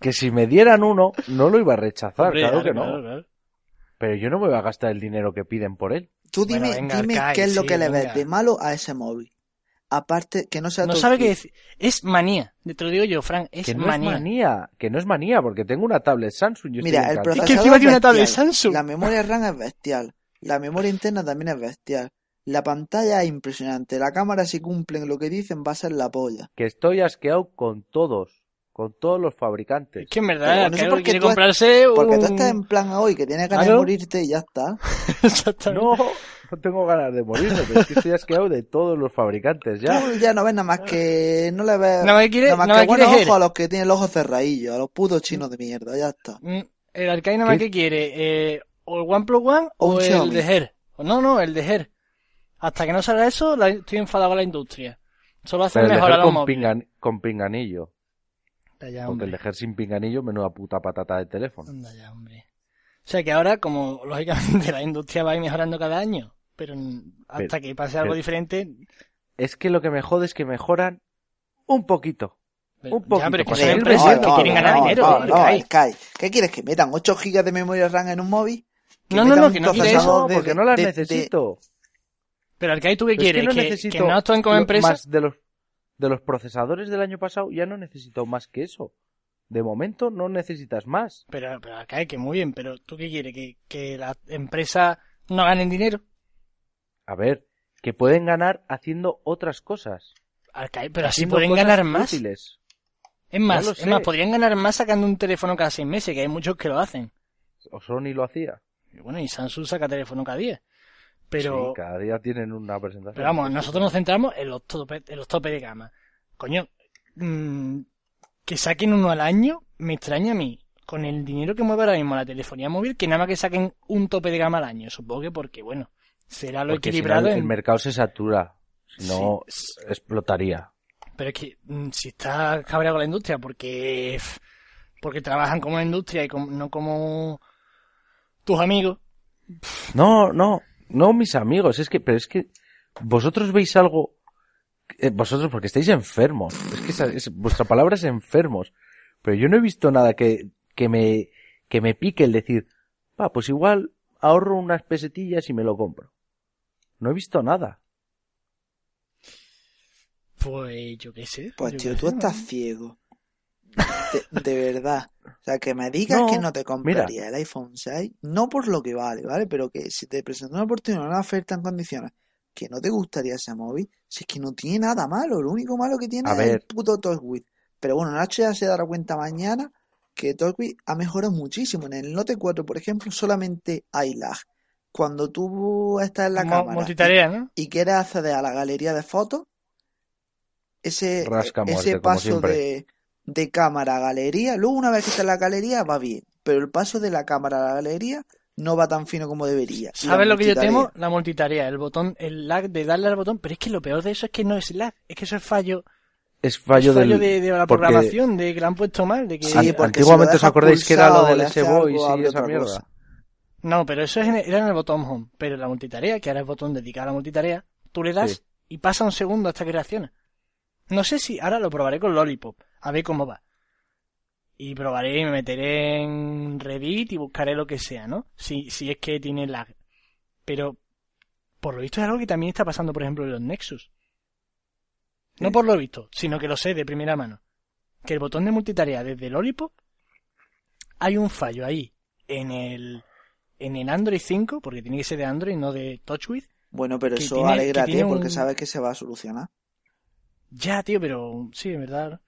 Que si me dieran uno, no lo iba a rechazar,
Hombre,
claro que no.
claro, claro.
Pero yo no me voy a gastar el dinero que piden por él.
Tú
Bueno,
dime,
venga,
dime
Arcai,
qué es lo
sí,
que le ves
venga.
de malo a ese móvil. Aparte, que no sea
No
todo
sabe qué
free.
decir. Es manía. Te lo digo yo, Frank. Es
que no
manía.
es manía, que no es manía, porque tengo una tablet Samsung. Yo estoy
Mira, el
encantado.
procesador
Es que encima
es
tiene una tablet
bestial,
Samsung.
La memoria RAM es bestial. La memoria interna también es bestial. La pantalla es impresionante. La cámara, si cumplen lo que dicen, va a ser la polla.
Que estoy asqueado con todos, con todos los fabricantes.
Es que en
Pero
verdad,
no sé
Arcaigo
por
que
qué
quiere
tú has-
comprarse
Porque
un...
tú estás en plan hoy, que tienes ganas de
Claro.
morirte y ya está.
*laughs* Exactamente.
No, no tengo ganas de morirme, pero es que estoy asqueado de todos los fabricantes ya.
Tú ya no ves nada más que. No le ves.
*laughs* Nada más que quiere- nada más
que
que quiere
buenos
Jerez.
ojos a los que tienen los ojos cerradillos, a los putos chinos de mierda, ya está.
Mm, El Arcaigo nada más
¿Qué?
que quiere, eh, o el OnePlus One
O
o
un
el
Xiaomi.
de Her. No, no, el de Her. Hasta que no salga eso, la- estoy enfadado con la industria. Solo hacen
Pero el
mejorar
dejar
los
con,
móviles.
pingan- con pinganillo.
Anda ya,
Porque
hombre.
el dejar sin pinganillo, menuda puta patata de teléfono.
Anda ya, hombre. O sea que ahora, como *laughs* lógicamente la industria va a ir mejorando cada año, pero mm, hasta que pase algo
pero-
diferente,
Es que lo que me jode es que mejoran un poquito.
Pero-
Un poquito,
Ya, pero que
para
son
seguir
empresas
vendiendo.
que quieren
No,
ganar
no, eh.
dinero.
No,
hombre,
no,
Kai.
Sky. ¿Qué quieres? ¿Que metan 8 gigas de memoria RAM en un móvil?
No, no,
metan
no,
un
que no quiere
procesador
Eso,
de-
porque no las
de- de-
necesito.
Pero Arcai, ¿tú qué
Pero es
quieres?
que no
¿Que- que,
necesito
no actúen como
lo-
empresa.
Más de los de los procesadores del año pasado ya no necesito más que eso. De momento no necesitas más.
Pero, pero Arcai, que muy bien, pero ¿tú qué quieres? ¿Que, que las empresas no ganen dinero?
A ver, que pueden ganar haciendo otras cosas.
Arcai, pero así
haciendo
pueden
cosas
ganar más.
útiles.
Es más,
lo
es
sé.
más, podrían ganar más sacando un teléfono cada seis meses, que hay muchos que lo hacen.
O Sony lo hacía.
Y Bueno, y Samsung saca teléfono cada día. Pero,
Sí, cada día tienen una presentación.
pero vamos, nosotros nos centramos en los topes en los topes de gama. Coño, mm, que saquen uno al año me extraña a mí. Con el dinero que mueve ahora mismo la telefonía móvil, que nada más que saquen un tope de gama al año. Supongo que porque, bueno, será lo
Porque si no,
equilibrado
el
en-
mercado se satura. Si no,
Sí,
explotaría.
Pero es que mm, si está cabreado con la industria, porque pf, porque trabajan como la industria y como- no como tus amigos.
No, no, no mis amigos, es que, pero es que vosotros veis algo, eh, vosotros porque estáis enfermos, es que esa- es- vuestra palabra es enfermos, pero yo no he visto nada que, que me, que me pique el decir, va, pues igual ahorro unas pesetillas y me lo compro. No he visto nada.
Pues yo qué sé.
Pues
pues yo
tío, pues,
qué
tú
sé, ¿no?
estás ciego. De, de verdad. O sea, que me digas
No,
que no te compraría
mira.
el iPhone 6, no por lo que vale, ¿vale? Pero que si te presenta una oportunidad, una oferta en condiciones que no te gustaría ese móvil, si es que no tiene nada malo, lo único malo que tiene
A
es el
ver.
puto TouchWiz. Pero bueno, Nacho ya se dará cuenta mañana que TouchWiz ha mejorado muchísimo. En el Note 4, por ejemplo, solamente hay lag. Cuando tú estás en la
Mo-
cámara
multitarea, ¿no?
y quieres acceder a la galería de fotos, ese, e-,
Rasca muerte,
ese
como
paso
siempre.
de, de cámara a galería, luego una vez que está en la galería va bien, pero el paso de la cámara a la galería no va tan fino como debería. Y la
¿Sabes lo que yo temo?
multitarea,
La multitarea, el botón, el lag de darle al botón, pero es que lo peor de eso es que no es lag, es que eso es fallo,
Es fallo,
es fallo
del-
de, de la
porque
programación, de que la han puesto mal, de que...
Sí,
an-
porque si lo
antiguamente os
dejas
acordáis que era lo
pulsado,
del
le hace
S-Boys
algo,
y
abre
esa
otra
mierda.
cosa.
No, pero eso es en el- era en el botón home, pero la multitarea, que ahora es botón dedicado a la multitarea, tú le das
Sí.
y pasa un segundo hasta que reacciona. No sé si ahora lo probaré con Lollipop, a ver cómo va. Y probaré y me meteré en Reddit y buscaré lo que sea, ¿no? Si, si es que tiene lag. Pero, por lo visto es algo que también está pasando, por ejemplo, en los Nexus. No por lo visto, sino que lo sé de primera mano. Que el botón de multitarea desde Lollipop hay un fallo ahí en el en el Android 5, porque tiene que ser de Android, no de TouchWiz.
Bueno, pero
que
eso
tiene- que
alégrate
tiene
porque
un-
sabes que se va a solucionar.
Ya, tío, pero sí, en verdad.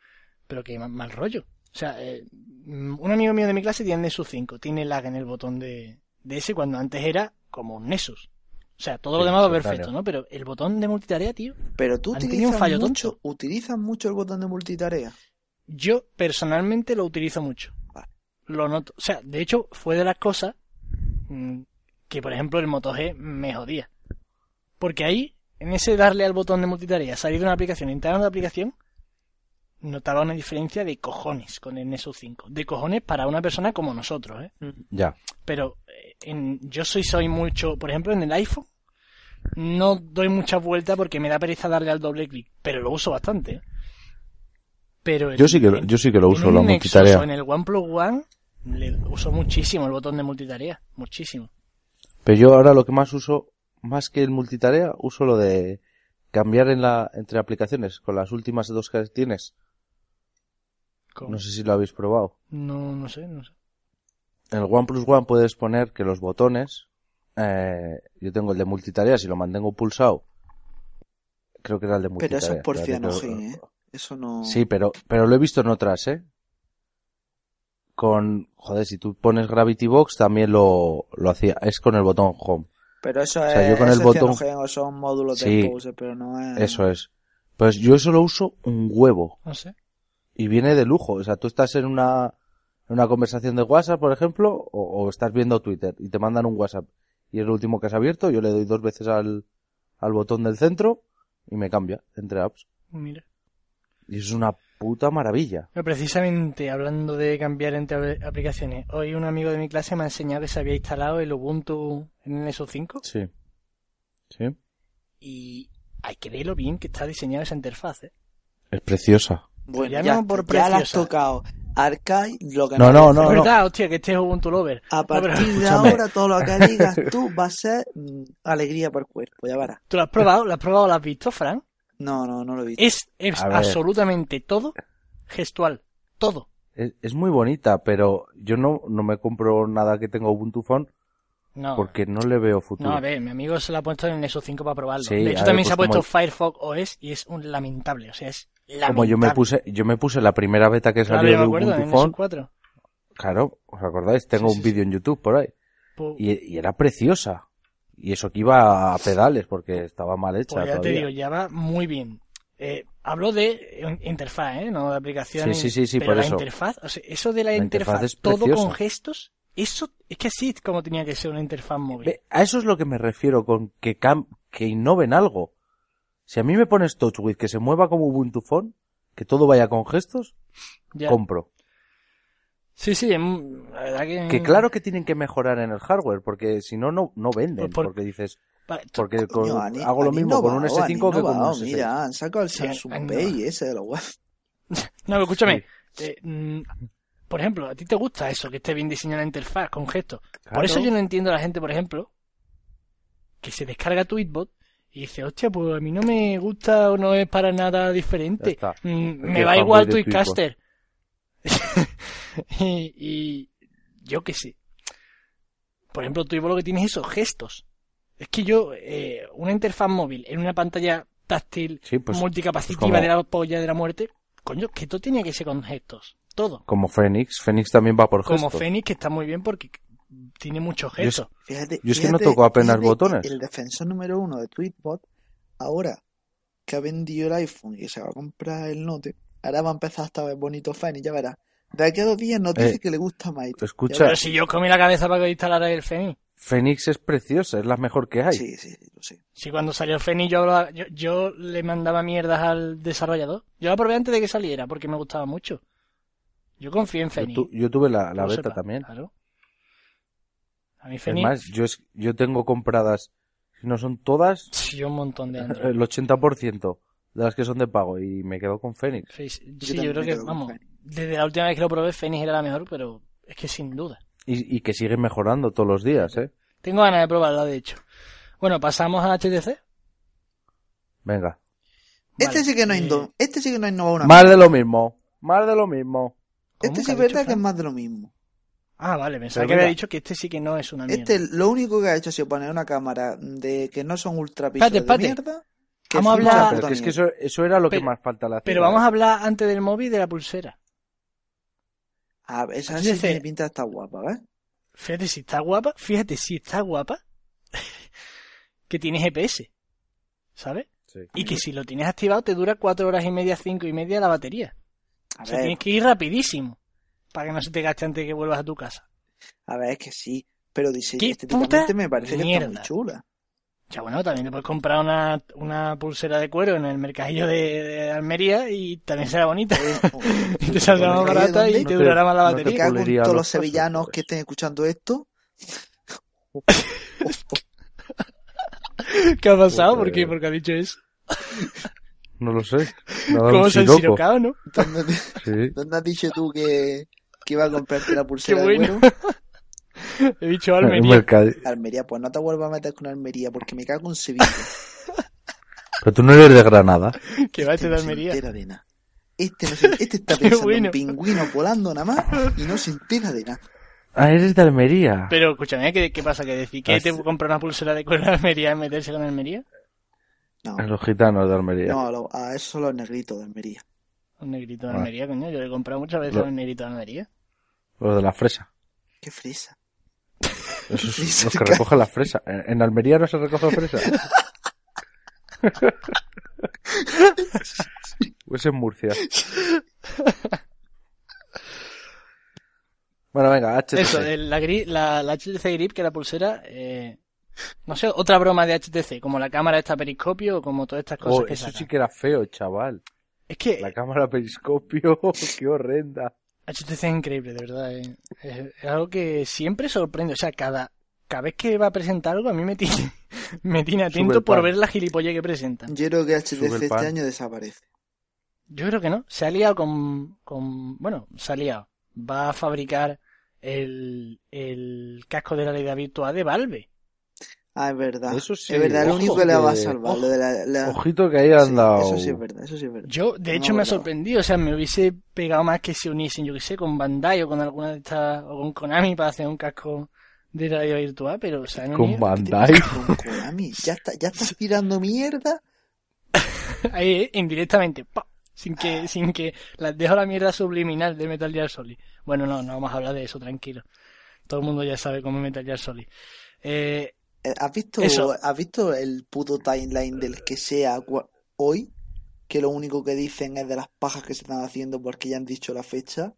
Pero que ma- mal rollo. O sea, eh, mm, un amigo mío de mi clase tiene Nexus 5, tiene lag en el botón de, de ese cuando antes era como un Nexus. O sea, todo lo
Sí,
demás va
instantáneo.
perfecto, ¿no? Pero el botón de multitarea, tío,
Pero tú
Han tenido un
utilizas
fallo
mucho, utilizas mucho el botón de multitarea.
yo personalmente lo utilizo mucho.
Vale.
Lo noto. O sea, de hecho, fue de las cosas mm, que, por ejemplo, el Moto G me jodía. Porque ahí, en ese darle al botón de multitarea, salir de una aplicación, entrar en otra aplicación, notaba una diferencia de cojones con el Nexus 5. De cojones para una persona como nosotros, ¿eh?
Ya.
pero eh, en, yo soy soy mucho, por ejemplo, en el iPhone no doy muchas vueltas porque me da pereza darle al doble clic, pero lo uso bastante. ¿eh? Pero en-
Yo sí que, lo-
en-
yo sí que lo
en
uso,
un
la
Nexus o
multitarea.
En el OnePlus One le uso muchísimo el botón de multitarea, muchísimo.
Pero yo ahora lo que más uso, más que el multitarea, uso lo de cambiar en la, entre aplicaciones, con las últimas dos que tienes.
Con-
No sé si lo habéis probado.
no, no sé, no sé.
En el OnePlus One puedes poner que los botones, eh, yo tengo el de multitarea, si lo mantengo pulsado, creo que era el de
Pero
multitarea.
eso es por
espérate que-
cianogen, ¿eh? Eso no...
Sí, pero, pero lo he visto en otras, ¿eh? Con, joder, si tú pones Gravity Box también lo, lo hacía, es con el botón Home.
Pero eso
sea,
es,
yo con el
eso es
botón-
cianogen, o son módulos de
Sí.
pose, pero no es...
Eso es. Pues yo eso lo uso un huevo.
No sé.
y viene de lujo. O sea, tú estás en una, en una conversación de WhatsApp, por ejemplo, o, o estás viendo Twitter y te mandan un WhatsApp y es lo último que has abierto, yo le doy dos veces al, al botón del centro y me cambia entre apps.
Mira.
Y es una puta maravilla.
Pero precisamente hablando de cambiar entre apl- aplicaciones, hoy un amigo de mi clase me ha enseñado que se había instalado el Ubuntu en el Nexus 5
Sí. Sí.
y hay que ver lo bien que está diseñada esa interfaz, ¿eh?
Es preciosa.
Bueno,
Ya
ya,
no por
ya la has
preciosa.
tocado. Arcai, lo que
No,
nos
no,
dice.
no,
Es
no.
verdad, hostia, que este es Ubuntu Lover.
A
No, pero
partir de
escúchame.
ahora, todo lo que
*laughs*
digas tú va a ser mm, alegría para el cuerpo, ya verás.
¿Tú lo has probado? ¿Lo has probado? ¿Lo has visto, Fran?
No, no, no lo he visto.
Es, es
A ver.
absolutamente todo gestual. Todo.
Es, es muy bonita, pero yo no, no me compro nada que tenga Ubuntu Phone
No.
porque no le veo futuro.
No, a ver, mi amigo se lo ha puesto en el Nexus 5 para probarlo.
Sí,
de
a
hecho,
ver,
también se ha
pues
puesto
como-
Firefox OS y es un lamentable. O sea, es lamentable.
Como yo me puse, yo me puse la primera beta que
Claro,
salió
yo me
de
acuerdo, en
Ubuntu
el Nexus
Phone.
4.
Claro, ¿os acordáis? Tengo
Sí,
un
sí,
vídeo en YouTube por ahí.
Pues,
Y, y era preciosa. Y eso que iba a pedales porque estaba mal hecha
pues ya te
todavía.
digo, ya va muy bien. Eh, hablo de eh, interfaz, ¿eh? No de aplicaciones.
Sí, sí, sí, sí,
pero
por
la
eso.
interfaz, o sea, eso de la,
La
interfaz,
interfaz es
todo
preciosa.
con gestos, eso es que así es como tenía que ser una interfaz móvil.
Ve, A eso es lo que me refiero con que cam- que innoven algo. Si a mí me pones TouchWiz que se mueva como Ubuntu Phone, que todo vaya con gestos,
Ya.
compro.
Sí, sí, em, la verdad que...
Mm.
Que claro que tienen que mejorar en el hardware, porque si no, no no venden,
Pues por-
porque dices,
Pa- tú-
porque con-
Coño, han-
hago lo
han
mismo con un
innovado, han
S5 que con un
innovado,
S6.
Mira, han sacado el
Sí, han-
Samsung
han
Pay
innovado.
ese de la web.
No, pero escúchame. eh, mm, por ejemplo, a ti te gusta eso, que esté bien diseñada la interfaz con gestos. Por
Claro.
eso yo no entiendo a la gente, por ejemplo, que se descarga Tweetbot y dice, hostia, pues a mí no me gusta o no es para nada diferente.
Ya está.
Mm,
Es
me
que
va
fanboy
igual
de
Tweetcaster. *laughs* y, y yo qué sé. Por ejemplo, tú Ivo, lo que tienes esos gestos. Es que yo, eh, una interfaz móvil en una pantalla táctil
Sí, pues,
multicapacitiva
como-
de la polla de la muerte, coño, que todo tenía que ser con gestos. Todo.
Como Fénix, Fénix también va por
Como
gestos.
Fénix, que está muy bien porque tiene muchos
Yo es-
gestos.
Fíjate,
Yo es que no
fíjate-
toco apenas
fíjate
botones.
El defensor número uno de Tweetbot, ahora que ha vendido el iPhone y se va a comprar el Note, ahora va a empezar esta vez bonito fan y ya verás. De aquí a dos días nos dice
Eh,
que le gusta más. y-
Escucha,
Pero si yo os comí la cabeza para que instalara el Fénix.
Fénix es preciosa, es la mejor que hay.
Sí, sí, sí, lo sé.
Si cuando salió el Fénix yo, hablaba- yo, yo le mandaba mierdas al desarrollador. Yo la probé antes de que saliera porque me gustaba mucho. Yo confié en
yo,
Fénix.
tu- yo tuve la, la
lo
beta
sepa,
también.
Claro. A mí
Es
Fénix,
más, yo, es- yo tengo compradas, si no son todas,
sí, yo un montón de
*laughs*
Android.
el 80% de las que son de pago y me quedo con Fénix.
Sí, sí,
Yo
sí, yo
también
creo
me
que,
quedo con
vamos,
Fénix.
desde la última vez que lo probé, Fénix era la mejor, pero es que sin duda.
Y, y que sigue mejorando todos los días, ¿eh?
Tengo ganas de probarla, de hecho. Bueno, pasamos a HTC.
Venga.
Este
Vale,
sí que no
eh,
ha indo- este sí que no ha innovado una
Más de lo mismo. Más de lo mismo.
¿Cómo?
Este
¿Qué
sí
ha
es
dicho,
verdad que es
Fran?
más de lo mismo.
Ah, vale, pensaba
Pero
que había
mira.
dicho que este sí que no es una mierda.
Este lo único que ha hecho ha sido poner una cámara de que no son ultra
Espérate,
de
espérate.
mierda. Que
Vamos a
flipa
hablar-
la
Pero
puta
que es que
mierda.
eso, eso era lo que
Pero-
más falta le hacía.
Pero vamos a hablar antes del móvil y de la pulsera.
Ah, esa
HTC.
sí tiene pinta de estar guapa, ¿eh?
Fíjate si está guapa, fíjate si está guapa, *laughs* que tiene GPS, ¿sabes?
Sí.
Y que si lo tienes activado te dura cuatro horas y media, cinco y media la batería.
A
O sea,
ver,
tienes que ir rapidísimo para que no se te gaste antes de que vuelvas a tu casa.
a ver, es que sí. Pero dice,
¿Qué
estéticamente
puta
me parece que está muy
mierda?
chula.
Ya bueno, también te puedes comprar una, una pulsera de cuero en el mercadillo de, de Almería *laughs* y también
*laughs*
será bonita. *laughs* Y te saldrá más
¿Mercadillo
barata
dónde?
y te
No te-
durará más la
no te
Me
batería.
puedo-
cago en
puliría
todos
los
los sevillanos
pasos,
que estén escuchando esto.
¿Qué ha pasado? ¿Por
Joder.
qué? Porque ha dicho eso.
No lo sé. Me ha dado
¿Cómo
un
se han
siroco.
sirocado, no?
¿Dónde,
Sí.
*laughs* dónde has dicho tú que, que iba a comprarte la pulsera
Qué bueno.
de cuero?
He dicho
Un
Almería.
mercadi-
Almería, pues no te vuelvas a meter con Almería porque me cago en Sevilla.
Pero tú no eres de Granada.
Que va este de
no se
Almería.
entera de nada. Este, no se-
*laughs*
este está
Qué
pensando
bueno.
en pingüinos volando nada más y no se entera de nada.
Ah, eres de Almería.
Pero escúchame, ¿qué, qué pasa? ¿Que decir que
Ah,
te
sí.
comprar una pulsera de cuero en Almería y meterse con Almería?
No,
Los gitanos de Almería.
no, a lo- ah, a eso los negritos de Almería.
Un negrito de
Ah.
Almería, coño. Yo le he comprado muchas veces
Lo-
a un negrito de Almería.
Los de la fresa.
Qué fresa.
*laughs* Esos
Sí,
son los que
cerca.
recogen la fresa. En en Almería no se recoge fresa. o es Pues en Murcia. Bueno, venga, HTC.
Eso, el- la, gri- la, la HTC Grip, que la pulsera, eh, no sé, otra broma de HTC, como la cámara esta periscopio o como todas estas cosas
Oh,
que
eso
sacan.
sí que era feo, chaval.
Es que
La cámara periscopio, *laughs* qué horrenda.
HTC es increíble, de verdad. eh. Es, es algo que siempre sorprende. O sea, cada, cada vez que va a presentar algo, a mí me tiene, *laughs* me tiene
Sube
atento
el
por
pan.
ver la gilipollez que presentan.
Yo creo que
Sube el
HTC
pan.
este año desaparece.
Yo creo que no. Se ha liado con, con bueno, se ha liado. Va a fabricar el, el casco de la realidad virtual de Valve.
Ah, es verdad.
Eso sí,
Es verdad, lo
ojo,
único que le va a
que-
salvar. Lo de la, la-
Ojito que ahí
sí,
han dado.
Ah, Eso sí es verdad, eso sí es verdad.
Yo,
No me
de hecho, me ha
acordaba.
sorprendido. O sea, me hubiese pegado más que se uniesen, yo que sé, con Bandai o con alguna de estas, o con Konami para hacer un casco de realidad virtual, pero se han
Con
¿Qué
unido.
te
Bandai.
pasa con Konami? Ya, está, ya
*laughs*
estás tirando mierda.
*laughs* Ahí, eh, indirectamente, pa, sin que, sin que las dejo la mierda subliminal de Metal Gear Solid. Bueno, no, no vamos a hablar de eso, tranquilo. Todo el mundo ya sabe cómo es Metal Gear Solid. Eh,
Eh, ¿Has visto,
Eso.
¿Has visto el puto timeline del que sea gua- hoy? Que lo único que dicen es de las pajas que se están haciendo porque ya han dicho la fecha.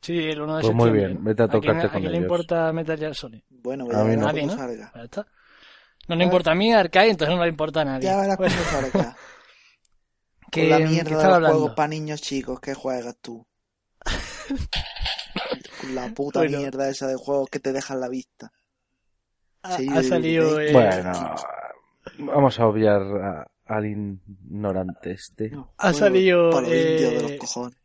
sí, el 1 de
Pues muy
septiembre.
bien,
¿no?
vete a
quién-
tocarte
a
con
quién le
ellos.
importa Metal Gear Solid?
Bueno,
A
ya
mí
verás
no.
Nadie,
cuando
Ah, ¿no?
salga.
Ahí está. No le importa a mí, a Arcade, entonces no le importa a nadie.
Ah. Ya verás
Bueno,
cuando
*laughs*
salga.
que,
Con la
que
mierda de los
estaba hablando.
juegos para niños chicos que juegas tú. Con la puta
Bueno.
mierda esa de juegos que te dejan la vista.
Ha,
Sí,
ha salido
de-
eh,
Bueno, *laughs* vamos a obviar a- al ignorante este.
No,
Ha
juegos
salido,
pa' los indios de
eh,
los cojones.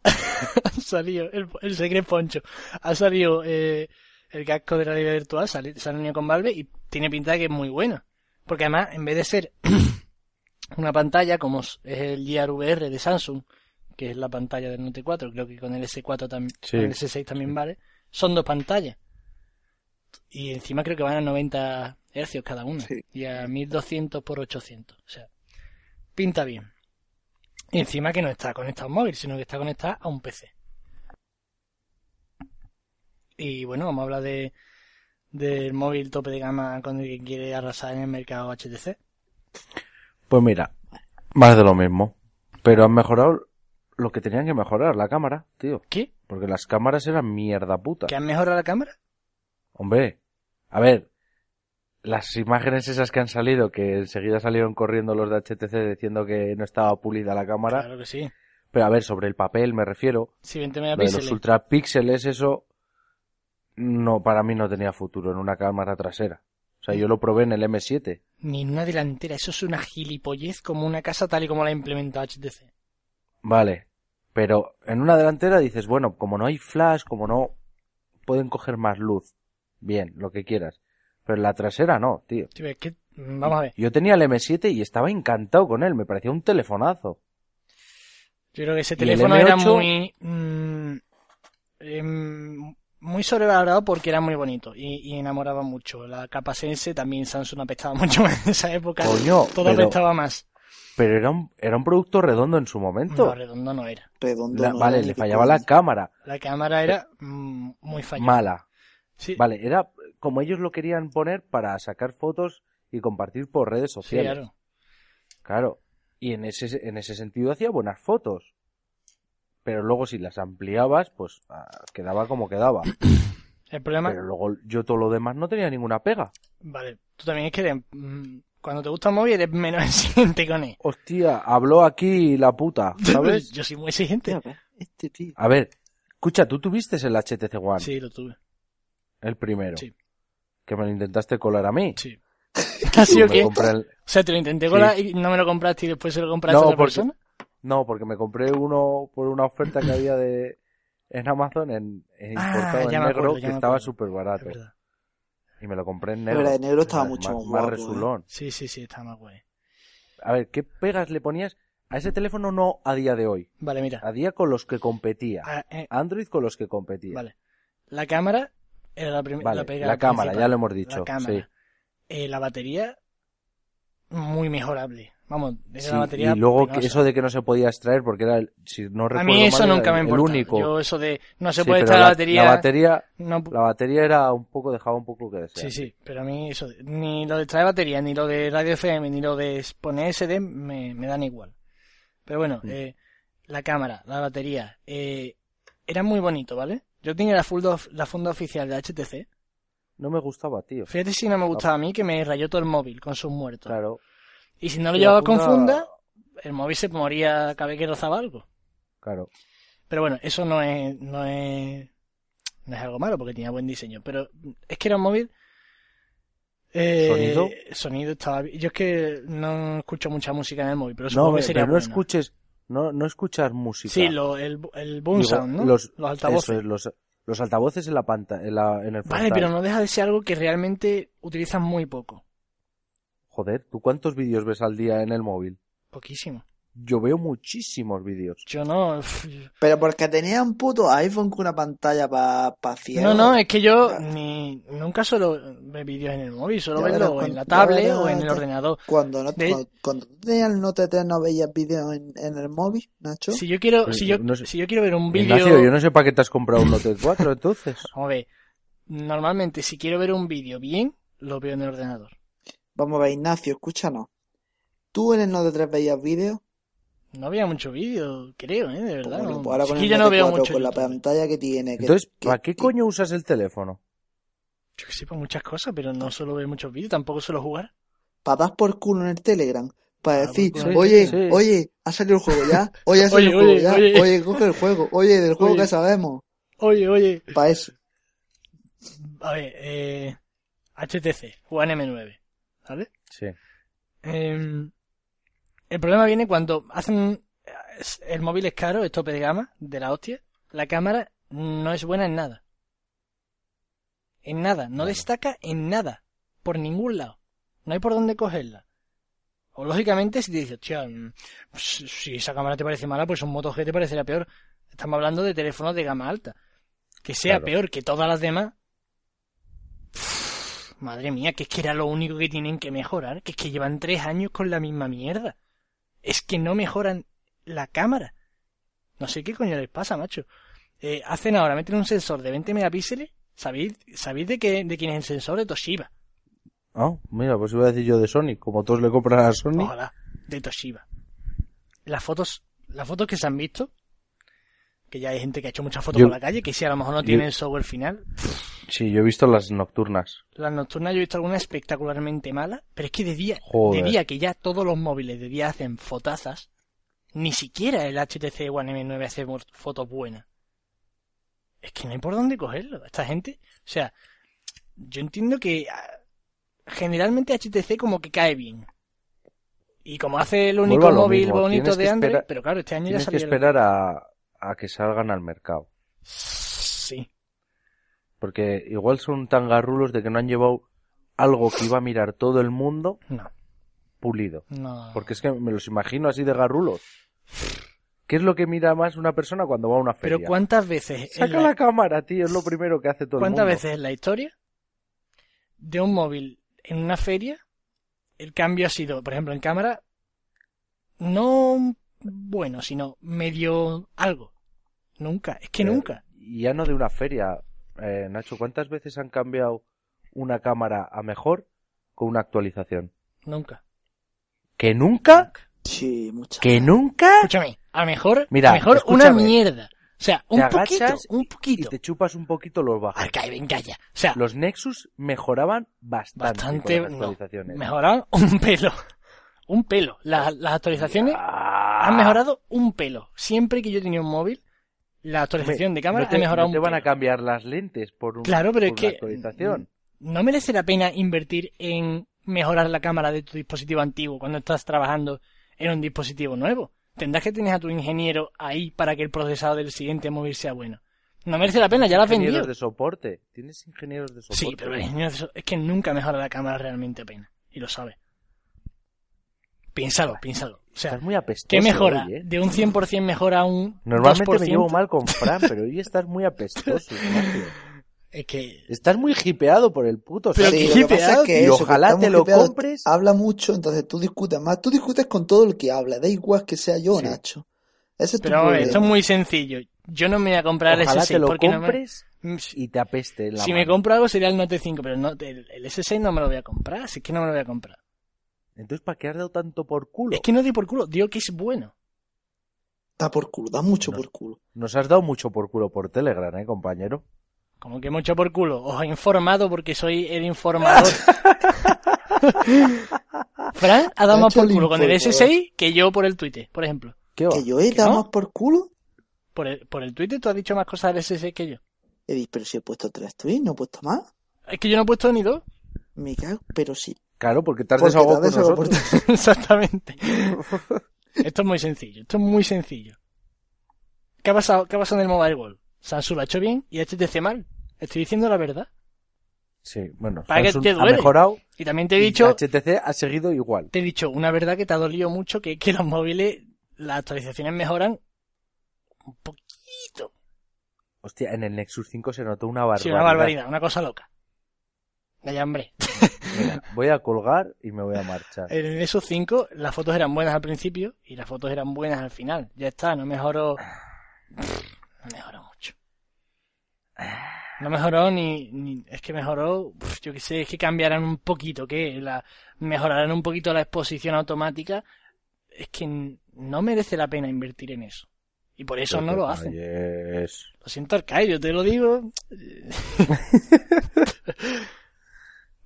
*laughs* ha salido el, el Secret Poncho. Ha salido eh, el casco de realidad virtual, sale- se han unido con Valve y tiene pinta de que es muy bueno. Porque *clears throat* además, en vez de ser una pantalla como es el Gear VR de Samsung, que es la pantalla del Note 4, creo que con el S4 también,
Sí.
con el S6 también vale, son dos pantallas. Y encima creo que van a 90 hercios cada una
Sí.
y a 1200 por 800, o sea, pinta bien. Y encima que no está conectado a un móvil, sino que está conectada a un PC. Y bueno, vamos a hablar de del móvil tope de gama con el que quiere arrasar en el mercado HTC.
Pues mira, más de lo mismo. Pero han mejorado lo que tenían que mejorar, la cámara, tío.
¿Qué?
Porque las cámaras eran mierda puta.
¿Que han mejorado la cámara?
Hombre, a ver, las imágenes esas que han salido, que enseguida salieron corriendo los de HTC diciendo que no estaba pulida la cámara.
Claro que sí.
Pero a ver, sobre el papel me refiero.
Si 20
Lo
mega
de los
píxeles.
ultrapíxeles, eso no para mí no tenía futuro en una cámara trasera. O
Mm.
sea, yo lo probé en el M7.
Ni en una delantera. Eso es una gilipollez como una casa tal y como la ha implementado HTC.
Vale. Pero en una delantera dices, bueno, como no hay flash, como no pueden coger más luz. Bien, lo que quieras. Pero en la trasera no, tío.
Tío, es que, mm, vamos a ver.
Yo tenía el M7 y estaba encantado con él, me parecía un telefonazo.
Yo creo que ese
¿Y el
teléfono era
M8?
muy... mm, em, muy sobrevalorado porque era muy bonito y, y enamoraba mucho. La capa sense también Samsung apestaba *laughs* mucho en esa época.
Coño,
Todo
pero-
apestaba más.
Pero era un, era un producto redondo en su momento.
No, redondo no era.
Redondo.
La-
no
vale,
era
le
ni
fallaba
coño.
la cámara.
La cámara era mm, muy fallada.
Mala.
Sí,
Vale, era como ellos lo querían poner para sacar fotos y compartir por redes
sí,
sociales.
claro.
Claro. Y en ese, en ese sentido hacía buenas fotos. Pero luego si las ampliabas, pues ah, quedaba como
*clears throat*
quedaba.
El problema...
Pero luego yo todo lo demás no tenía ninguna pega.
Vale, tú también es que eres, mm, cuando te gusta un móvil eres menos *laughs* exigente con él.
Hostia, habló aquí la puta, ¿sabes?
Yo soy muy exigente.
Hostia, ve, Este tío.
A ver, escucha, tú tuviste el HTC One,
Sí, lo tuve.
el primero.
Sí.
Que me lo intentaste colar a mí. *laughs*
Sí. ¿Ha sido
Me
qué? O
compré el-
sea, te lo intenté
Sí.
colar y no me lo compraste y después se lo compraste a
No,
otra
porque-
persona.
No, porque me compré uno por una oferta que había de en Amazon en, en
Ah,
importado en
ya me
negro
acuerdo, ya
que
me
estaba
acuerdo.
súper
Es
barato.
verdad.
Y me lo compré en
Pero
negro.
la de negro estaba
Más-
mucho
más,
más,
más
guapo, ¿eh?
resulón.
Sí, sí, sí, está más guay.
A ver, ¿qué pegas le ponías a ese teléfono no a día de hoy?
Vale, mira.
A día con los que competía.
Ah, eh,
Android con los que competía.
vale. La cámara era la primera.
Vale,
la, pega
la cámara,
principal.
ya lo hemos dicho,
La cámara.
sí.
Eh, la batería, muy mejorable. Vamos, era
Sí,
la batería.
y luego que
penosa.
eso de que no se podía extraer porque era, el- si no
A
recuerdo
mí eso
mal, era
nunca me
el- el
importa.
único.
Yo, eso de no se
Sí,
puede
pero
estar la,
la-
batería.
La batería,
no pu-
la batería era un poco, dejaba un poco que desear.
Sí, sí, pero a mí eso, de- ni lo de traer batería, ni lo de radio FM, ni lo de poner SD me, me dan igual. Pero bueno,
Mm.
eh, la cámara, la batería, eh, era muy bonito, ¿vale? Yo tenía la, funda, la funda oficial de HTC.
No me gustaba, tío.
Fíjate si no me gustaba a mí que me rayó todo el móvil con sus muertos.
Ah. Claro.
Y si no lo
Sí, la
llevaba con
funda-
funda, el móvil se moría cada vez que rozaba algo.
Claro.
Pero bueno, eso no es, no es, no es algo malo porque tenía buen diseño. Pero es que era un móvil. eh,
¿Sonido?
Sonido estaba bien. Yo es que no escucho mucha música en el móvil, pero
No,
supongo que
pero
sería
no
bueno.
escuches, no, no escuchas música.
Sí, lo, el, el boom
Digo,
sound, ¿no?
Los,
altavoces.
eso es, los, los altavoces en la pantalla, en, la- en el
Vale,
frontal.
pero no deja de ser algo que realmente utilizas muy poco.
Joder, ¿tú cuántos vídeos ves al día en el móvil?
Poquísimo.
Yo veo muchísimos vídeos.
Yo no.
Pero porque tenía un puto iPhone con una pantalla para pa ciegos.
No, no, es que yo
Claro.
ni, nunca solo ve vídeos en el móvil, solo
Ya verás
verlo en
cuando-
la
ya
tablet
verás,
o en el
ya-
ordenador.
Cuando no
De-
cuando, cuando tú tenías el Note 3 no veías vídeos en, en el móvil, Nacho.
Si yo quiero,
Pues
si yo,
no sé.
si yo quiero ver un vídeo.
Ignacio, yo no sé para qué te has comprado un Note 4 entonces.
Vamos a ver. Normalmente, si quiero ver un vídeo bien, lo veo en el ordenador.
Vamos a ver, Ignacio, escúchanos. ¿Tú en el Note 3 veías vídeos?
No había mucho vídeo, creo, ¿eh? De verdad.
Bueno,
no.
pues ahora
Es
con
que
el
yo no
Note
veo
4,
mucho
con la
YouTube.
pantalla que tiene. *laughs* que-
Entonces,
que-
¿para qué
que-
coño usas el teléfono?
Yo que sé, pues muchas cosas, pero no suelo ver muchos vídeos, tampoco suelo jugar.
Para dar por culo en el Telegram. Para
Ah,
decir,
por culo en
oye,
Telegram. Sí.
oye, ha salido el juego ya.
*laughs*
Oye, ha salido
Oye,
el juego
oye,
ya.
oye.
Oye. coge el juego. Oye, del juego
Oye.
que sabemos.
Oye, oye.
Para eso.
A ver, eh. HTC, One M9. ¿Vale?
Sí.
Eh, el problema viene cuando hacen. es- El móvil es caro, es tope de gama, de la hostia. La cámara no es buena en nada. En nada, no destaca en nada. Por ningún lado. No hay por dónde cogerla. O lógicamente, si te dices, hostia, mm, si esa cámara te parece mala, pues un Moto G te parecerá peor. Estamos hablando de teléfonos de gama alta. Que sea
Claro.
peor que todas las demás. Pff, madre mía, que es que era lo único que tienen que mejorar. Que es que llevan tres años con la misma mierda. Es que no mejoran la cámara. No sé qué coño les pasa, macho. Eh, hacen ahora, meten un sensor de 20 megapíxeles. ¿Sabéis, sabéis de, qué, de quién es el sensor? De Toshiba.
Ah, mira, pues iba a decir yo de Sony. Como todos le compran a Sony.
Ojalá. De Toshiba. Las fotos, las fotos que se han visto, que ya hay gente que ha hecho muchas fotos
Yo-
por la calle, que si a lo mejor no tiene el software final.
Sí, yo he visto las nocturnas.
Las nocturnas yo he visto algunas espectacularmente malas, pero es que de día,
Joder.
de día que ya todos los móviles de día hacen fotazas, ni siquiera el HTC One M9 hace mo- fotos buenas. Es que no hay por dónde cogerlo. Esta gente, o sea, yo entiendo que ah, generalmente HTC como que cae bien. Y como hace el único
Vuelvo a lo
móvil
mismo,
bonito
tienes
de
que
Android,
esperar-
pero claro, este año ya
Tienes que
salieron.
esperar a, a que salgan al mercado.
Sí,
Porque igual son tan garrulos de que no han llevado algo que iba a mirar todo el mundo
no,
pulido.
no.
Porque es que me los imagino así de garrulos. ¿Qué es lo que mira más una persona cuando va a una feria?
pero cuántas veces
Saca
en la-
la cámara, tío, es lo primero que hace todo
¿Cuántas
el mundo.
veces en la historia de un móvil en una feria el cambio ha sido, por ejemplo, en cámara, no bueno, sino medio algo? Nunca, es que
Eh,
nunca.
Y ya no de una feria. Eh, Nacho, ¿cuántas veces han cambiado una cámara a mejor con una actualización?
Nunca,
¿Que nunca?
nunca.
Sí, muchas.
¿Que nunca?
Escúchame, a lo mejor,
Mira,
a lo mejor una
escúchame.
mierda. O sea, un poquito,
agachas
un
Y
poquito.
te chupas un poquito los bajos.
Arca y calla. O sea,
Los Nexus mejoraban bastante,
bastante
con las
no,
actualizaciones.
mejoraron un pelo. Un pelo. La- las actualizaciones
Ah,
¿eh? Han mejorado un pelo. Siempre que yo tenía un móvil, la actualización
me-
de cámara
no te,
ha mejorado
no te
un
van a
pelo.
cambiar las lentes por, un,
Claro,
por
pero es
una
que-
actualización.
¿No merece la pena invertir en mejorar la cámara de tu dispositivo antiguo cuando estás trabajando en un dispositivo nuevo? Tendrás que tener a tu ingeniero ahí para que el procesador del siguiente móvil sea bueno. No merece la pena, ya lo has vendido.
Ingenieros de soporte. Tienes ingenieros de soporte.
Sí, pero el ingeniero de so- es que nunca mejora la cámara realmente pena. Y lo sabes. Piénsalo, piénsalo. O sea,
Estás muy apestoso.
¿qué mejora?
hoy, ¿eh?
¿De un 100% mejora un
Normalmente
2%?
me llevo mal con Fran, pero hoy estás muy
*laughs*
apestoso. Ignacio.
Es que
Estás muy hipeado por el puto
Pero
Sony.
que
Sí, lo que pasa es que
y
eso, que
ojalá
estamos
te lo
hipeados,
compres.
Habla mucho, entonces tú discutes más. Tú discutes con todo el que habla, da igual que sea yo,
Sí.
Nacho. Ese es tu
Pero vamos a ver,
problema.
esto es muy sencillo. Yo no me voy a comprar el
Ojalá
S6
te lo
porque no me-
compres
Mm, Si
y te apeste en la
si me
mano.
compro algo sería el Note 5, pero el, Note- el, el S6 no me lo voy a comprar, así que no me lo voy a comprar.
Entonces, ¿para qué has dado tanto por culo?
Es que no di por culo, digo que es bueno.
Da por culo, da mucho
No.
por culo.
Nos has dado mucho por culo por Telegram, ¿eh, compañero?
Como que mucho por culo, os he informado porque soy
*laughs*
el informador. Fran ha dado
Ha
más
hecho
por
el
culo con el
informador.
S6 que yo por el Twitter, por ejemplo.
¿Qué va?
Que yo he dado
no?
más por culo.
Por el, por el Twitter tú has dicho más cosas del S6 que yo.
He dicho, pero si he puesto tres tweets, no he puesto más.
Es que yo no he puesto ni dos.
Me cago, pero sí.
Claro, porque te has
Porque
desahogado
te
con
has desahogado por
nosotros.
*laughs* Exactamente. Esto es muy sencillo, esto es muy sencillo. ¿Qué ha pasado, qué ha pasado en el Mobile World? Samsung lo ha hecho bien y HTC mal. Estoy diciendo la verdad.
Sí, bueno,
Para que
Samsung
te
ha
duele.
mejorado
Y también te he
y
dicho,
HTC ha seguido igual.
te he dicho una verdad que te ha dolido mucho, que es que los móviles, las actualizaciones mejoran un poquito.
Hostia, en el Nexus 5 se notó una
Sí,
barbaridad.
una barbaridad, una cosa loca. Vaya hombre.
Mira, voy a colgar y me voy a marchar.
En el Nexus 5 las fotos eran buenas al principio y las fotos eran buenas al final. Ya está, no mejoró. No mejoró mucho. No mejoró ni, ni- Es que mejoró. pf, Yo qué sé, es que cambiaran un poquito, que la mejoraran un poquito la exposición automática. Es que n- no merece la pena invertir en eso. Y por eso no lo hacen.
Detalles.
Lo siento, Arcai, yo te lo digo. *laughs*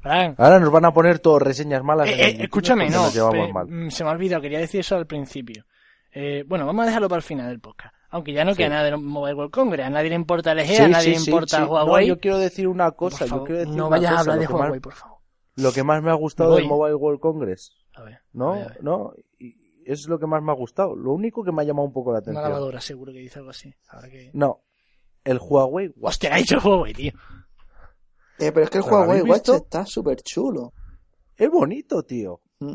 Fran,
Ahora nos van a poner todos reseñas malas.
eh,
en
eh,
el YouTube
escúchame,
porque
no.
Nos llevamos
pe-
mal.
mm, Se me ha olvidado, quería decir eso al principio. Eh, bueno, vamos a dejarlo para el final del podcast. Aunque ya no
Sí.
queda nada del Mobile World Congress. A nadie le importa el EG,
Sí,
a nadie
sí, sí,
le importa
sí.
Huawei.
No, yo quiero decir una
Por
cosa. yo
favor,
quiero decir
no
una
vayas
cosa,
a hablar
lo
de
que más-
Huawei, por favor.
lo que más me ha gustado
Voy,
del
¿eh?
Mobile World Congress,
A ver,
¿no?
a ver, a ver.
¿No? Y es lo que más me ha gustado. Lo único que me ha llamado un poco la
Una
atención.
lavadora, seguro que dice algo así. Ahora que...
No. El Huawei Watch.
Hostia, ha dicho Huawei, tío.
*laughs* Eh, pero es que el
¿Pero lo
Huawei
habéis
Watch
visto?
está súper chulo.
Es bonito, tío.
Mm.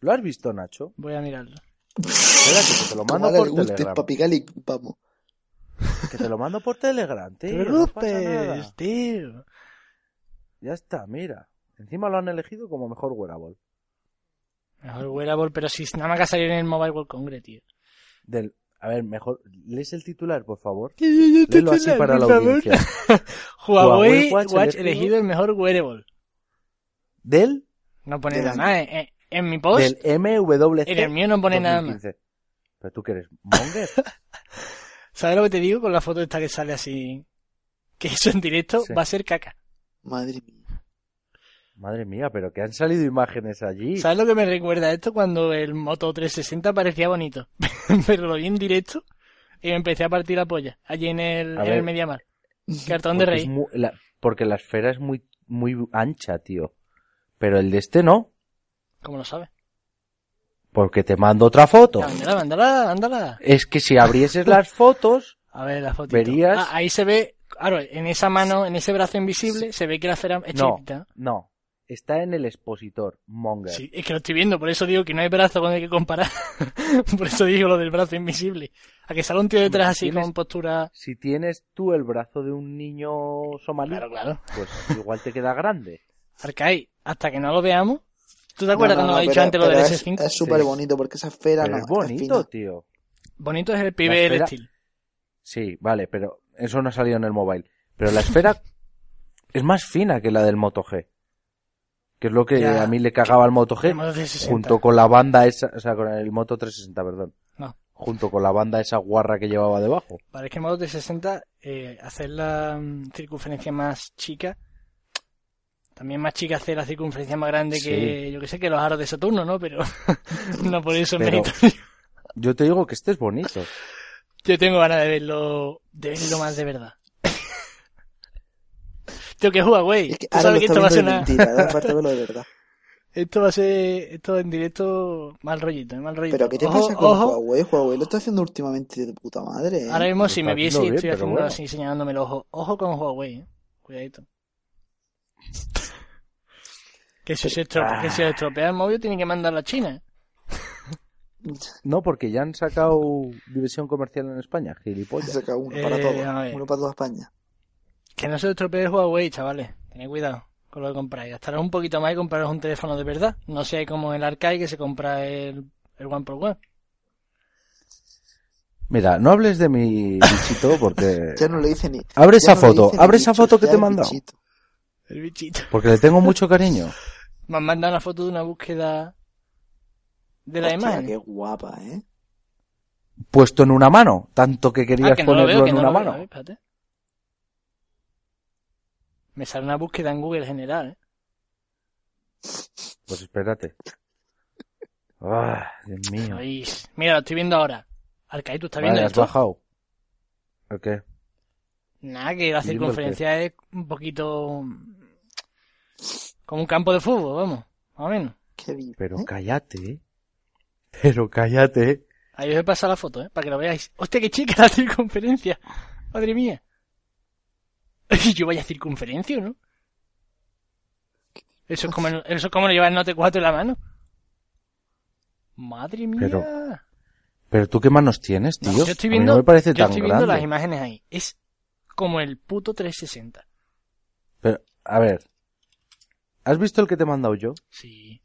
¿Lo has visto, Nacho?
Voy a mirarlo.
Espérate, que te lo mando
Tomar el
por
guste
Telegram.
para picar y vamos.
Que te lo mando por Telegram, tío.
¡Te
no pasa nada.
preocupes, tío!
Ya está, mira. Encima lo han elegido como mejor wearable.
Mejor wearable, pero si nada más que ha salido en el Mobile World Congress, tío.
Del... A ver, mejor... ¿Lees el titular, por favor? Léelo así para la audiencia. Huawei
Huawei Watch,
Watch elegido-
elegido el mejor wearable.
Del...
No pone
Del
nada
año.
más. eh, eh, En, mi post,
Del MWC.
en el mío no pone nada más.
2015. Pero tú que eres
*laughs*
monger.
¿Sabes lo que te digo con la foto esta que sale así? Que eso en directo
Sí.
va a ser caca.
Madre mía.
Madre mía, pero que han salido imágenes allí.
¿Sabes lo que me recuerda a esto? Cuando el Moto 360 parecía bonito. *laughs* Pero lo vi en directo y me empecé a partir la polla. Allí en el,
A
en
ver.
el Mediamar. Cartón de
Porque, es
rey.
mu- la, porque la esfera es muy, muy ancha, tío. Pero el de este no,
¿Cómo lo sabes?
porque te mando otra foto.
Ándala, ándala, ándala.
Es que si abrieses las fotos,
A ver la foto.
Verías-
ahí se ve, claro, en esa mano, en ese brazo invisible, se ve que la esfera es
no,
chiquitita.
no. Está en el expositor, Monger.
Sí, es que lo estoy viendo, por eso digo que no hay brazo con el que comparar. *laughs* por eso digo lo del brazo invisible. A que sale un tío detrás así
Tienes-
con postura...
Si tienes tú el brazo de un niño somalí,
Claro, claro.
pues igual te queda grande.
*laughs* Arcai, hasta que no lo veamos... ¿Tú te acuerdas cuando lo he dicho
pero-
antes lo del
pero es-
S5?
Es súper bonito porque esa esfera
Pero
no,
es bonito,
fina.
tío.
Bonito es el
La
pibe el
esfera-
estilo.
Sí, vale, pero eso no ha salido en el mobile. Pero la
*laughs*
esfera es más fina que la del Moto G. Que es lo que
Ya.
a mí le cagaba al Moto G.
El Moto 360.
junto con la banda esa, o sea, con el Moto 360, perdón.
No.
Junto con la banda esa guarra que llevaba debajo.
Vale, es que el modo 360, eh, hacer la mm, circunferencia más chica, también más chica hacer la circunferencia más grande que, yo que sé, que los aros de Saturno, ¿no? Pero *laughs* no por eso es
Pero-
meritorio.
Yo te digo que este es bonito.
Yo tengo ganas de verlo, de verlo más de verdad. *laughs* Tío, que juega, güey.
Es que
Tú
ahora lo
sabes que
está
esto va a
viendo
ser
de
una-
mentira, ahora falta verlo de verdad.
Esto va a ser, esto en directo, mal rollito, eh, mal rollito.
Pero ¿qué te
Ojo,
pasa con
ojo.
Huawei? Huawei lo está haciendo últimamente de puta madre. ¿eh?
Ahora mismo
Lo
si
está
me
haciendo
viese
bien,
estoy
pero
haciendo
bueno.
así, señalándome el ojo. Ojo con Huawei, eh. Cuidadito. Que si, se estropea, que si
ah.
se estropea el móvil tiene que mandarlo a China.
No, porque ya han sacado división comercial en España,
*laughs* Se
gilipollas.
saca uno para
Eh, a
todo.
ver.
Uno para toda España.
Que no se estropee el Huawei, chavales. Tened cuidado con lo que compráis. Gastaros un poquito más y compraros un teléfono de verdad. No sea como el Arcai que se compra el, el One por One.
Mira, no hables de mi bichito porque...
Ya no le dice ni.
Abre
ya
esa
no le
foto,
dice ni
abre esa
bicho,
foto que
ya
te he
es
mandado.
bichito.
El bichito.
Porque le tengo mucho cariño.
Me han mandado una foto de una búsqueda de la
Hostia,
imagen.
Qué guapa, ¿eh?
Puesto en una mano, tanto que querías
Ah, que no lo
ponerlo
veo, que
en una
no lo veo. ¿eh?
mano.
A ver, espérate. Me sale una búsqueda en Google general, ¿eh?
Pues espérate. Ah, Dios mío.
Ay, mira, lo estoy viendo ahora. Arcaí, ¿tú estás
Vale,
viendo
has
esto?
bajado. ¿El qué?
Nada, que la
¿Y viendo
circunferencia es un poquito... Como un campo de fútbol, vamos. Más o menos.
Qué bien. ¿eh?
Pero cállate. Pero cállate.
Ahí os he pasado la foto, ¿eh? Para que lo veáis. ¡Hostia, qué chica la circunferencia! ¡Madre mía! *laughs* Yo vaya circunferencia, ¿no? Eso es como, eso es como lo lleva el Note 4 en la mano. ¡Madre mía!
Pero- Pero tú qué manos tienes, tío.
yo estoy
A mí
viendo,
no me parece
yo
tan
estoy viendo
grande.
las imágenes ahí. Es como el puto 360.
Pero, a ver. ¿Has visto el que te he mandado yo?
Sí,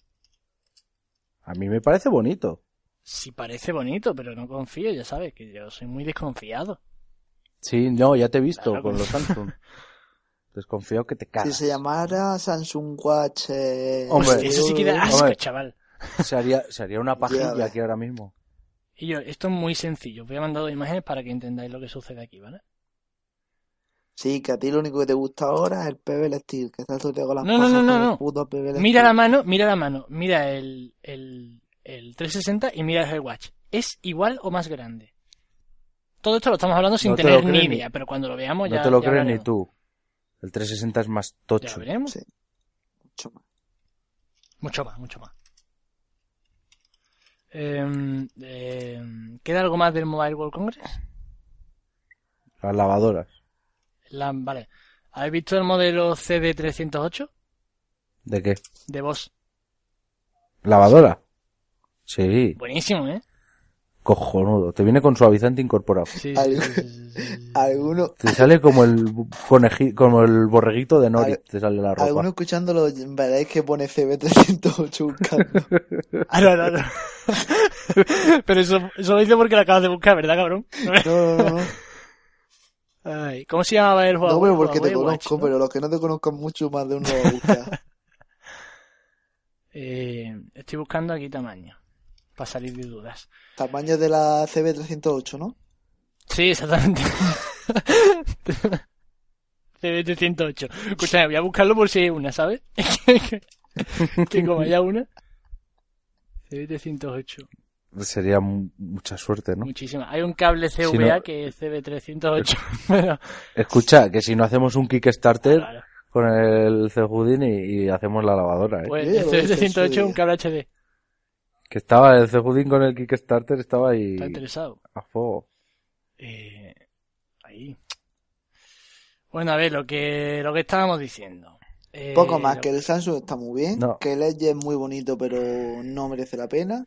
A mí me parece bonito.
sí parece bonito, pero no confío, ya sabes, que yo soy muy desconfiado.
Sí, no, ya te he visto
Claro.
con los
*laughs*
Samsung. Desconfío que te
Si
cagas.
se llamara Samsung Watch. eh,
Hombre.
Hostia, eso sí que da
Hombre.
asco, chaval.
Se haría, se haría una pajilla
ves.
aquí ahora mismo.
Y yo, esto es muy sencillo. Voy a mandar dos imágenes para que entendáis lo que sucede aquí, ¿vale?
Sí, que a ti lo único que te gusta ahora es el PBL Steel, que estás sorteado con las
No, no,
pajas
no, no,
con el
no.
puto PBL
Mira la
Steel.
mano, mira la mano, mira el, el, el 360 y mira el Apple Watch. Es igual o más grande. Todo esto lo estamos hablando sin
No te lo
tener ni
crees ni-
idea, pero cuando lo veamos ya.
no te lo
ya
crees ni
hablaremos.
tú. El 360 es más
Ya
tocho.
veremos.
Sí. Mucho más.
Mucho más, mucho más. Em, em, ¿Queda algo más del Mobile World Congress?
Las lavadoras.
La- vale. ¿Habéis visto el modelo CD308
¿De qué?
de Boss?
¿Lavadora? Sí,
Buenísimo, ¿eh?
cojonudo. Te viene con suavizante incorporado.
Sí,
Al-
sí, sí, sí, sí, sí.
Alguno,
Te sale como el coneji, como el borreguito de Norit, te sale la ropa.
alguno escuchándolo veréis que pone CB308
*laughs*
buscando.
Ah, no, no, no. *laughs* Pero eso, eso lo hice porque lo acabas de buscar, ¿verdad, cabrón?
No, no, no. No,
Ay, ¿Cómo se llamaba el juego?
no pero porque te
Huawei Watch,
conozco,
¿no?
pero los que no te conozcan mucho, más de uno lo va a buscar.
Eh, estoy buscando aquí tamaño. Para salir de dudas.
Tamaño de la CB308, ¿no?
Sí, exactamente. *laughs* CB308. Escúchame, voy a buscarlo por si hay una, ¿sabes? *laughs* que como haya una. CB308.
Sería mu- mucha suerte, ¿no?
Muchísima. Hay un cable CVA
no-
que es *laughs* CB308. pero-
Escucha, que si no hacemos un Kickstarter
claro.
con el Cejudin y, y hacemos la lavadora, ¿eh?
Pues
Yo ya
el
lo he visto en su
CB308 es un
día.
cable HD.
Que estaba el Cejudin con el Kickstarter, estaba ahí
Está interesado.
a fuego.
Eh, ahí. Bueno, a ver, lo que, lo que estábamos diciendo. Eh,
Poco más,
lo-
que el Samsung está muy bien,
No.
que el Edge es muy bonito pero no merece la pena,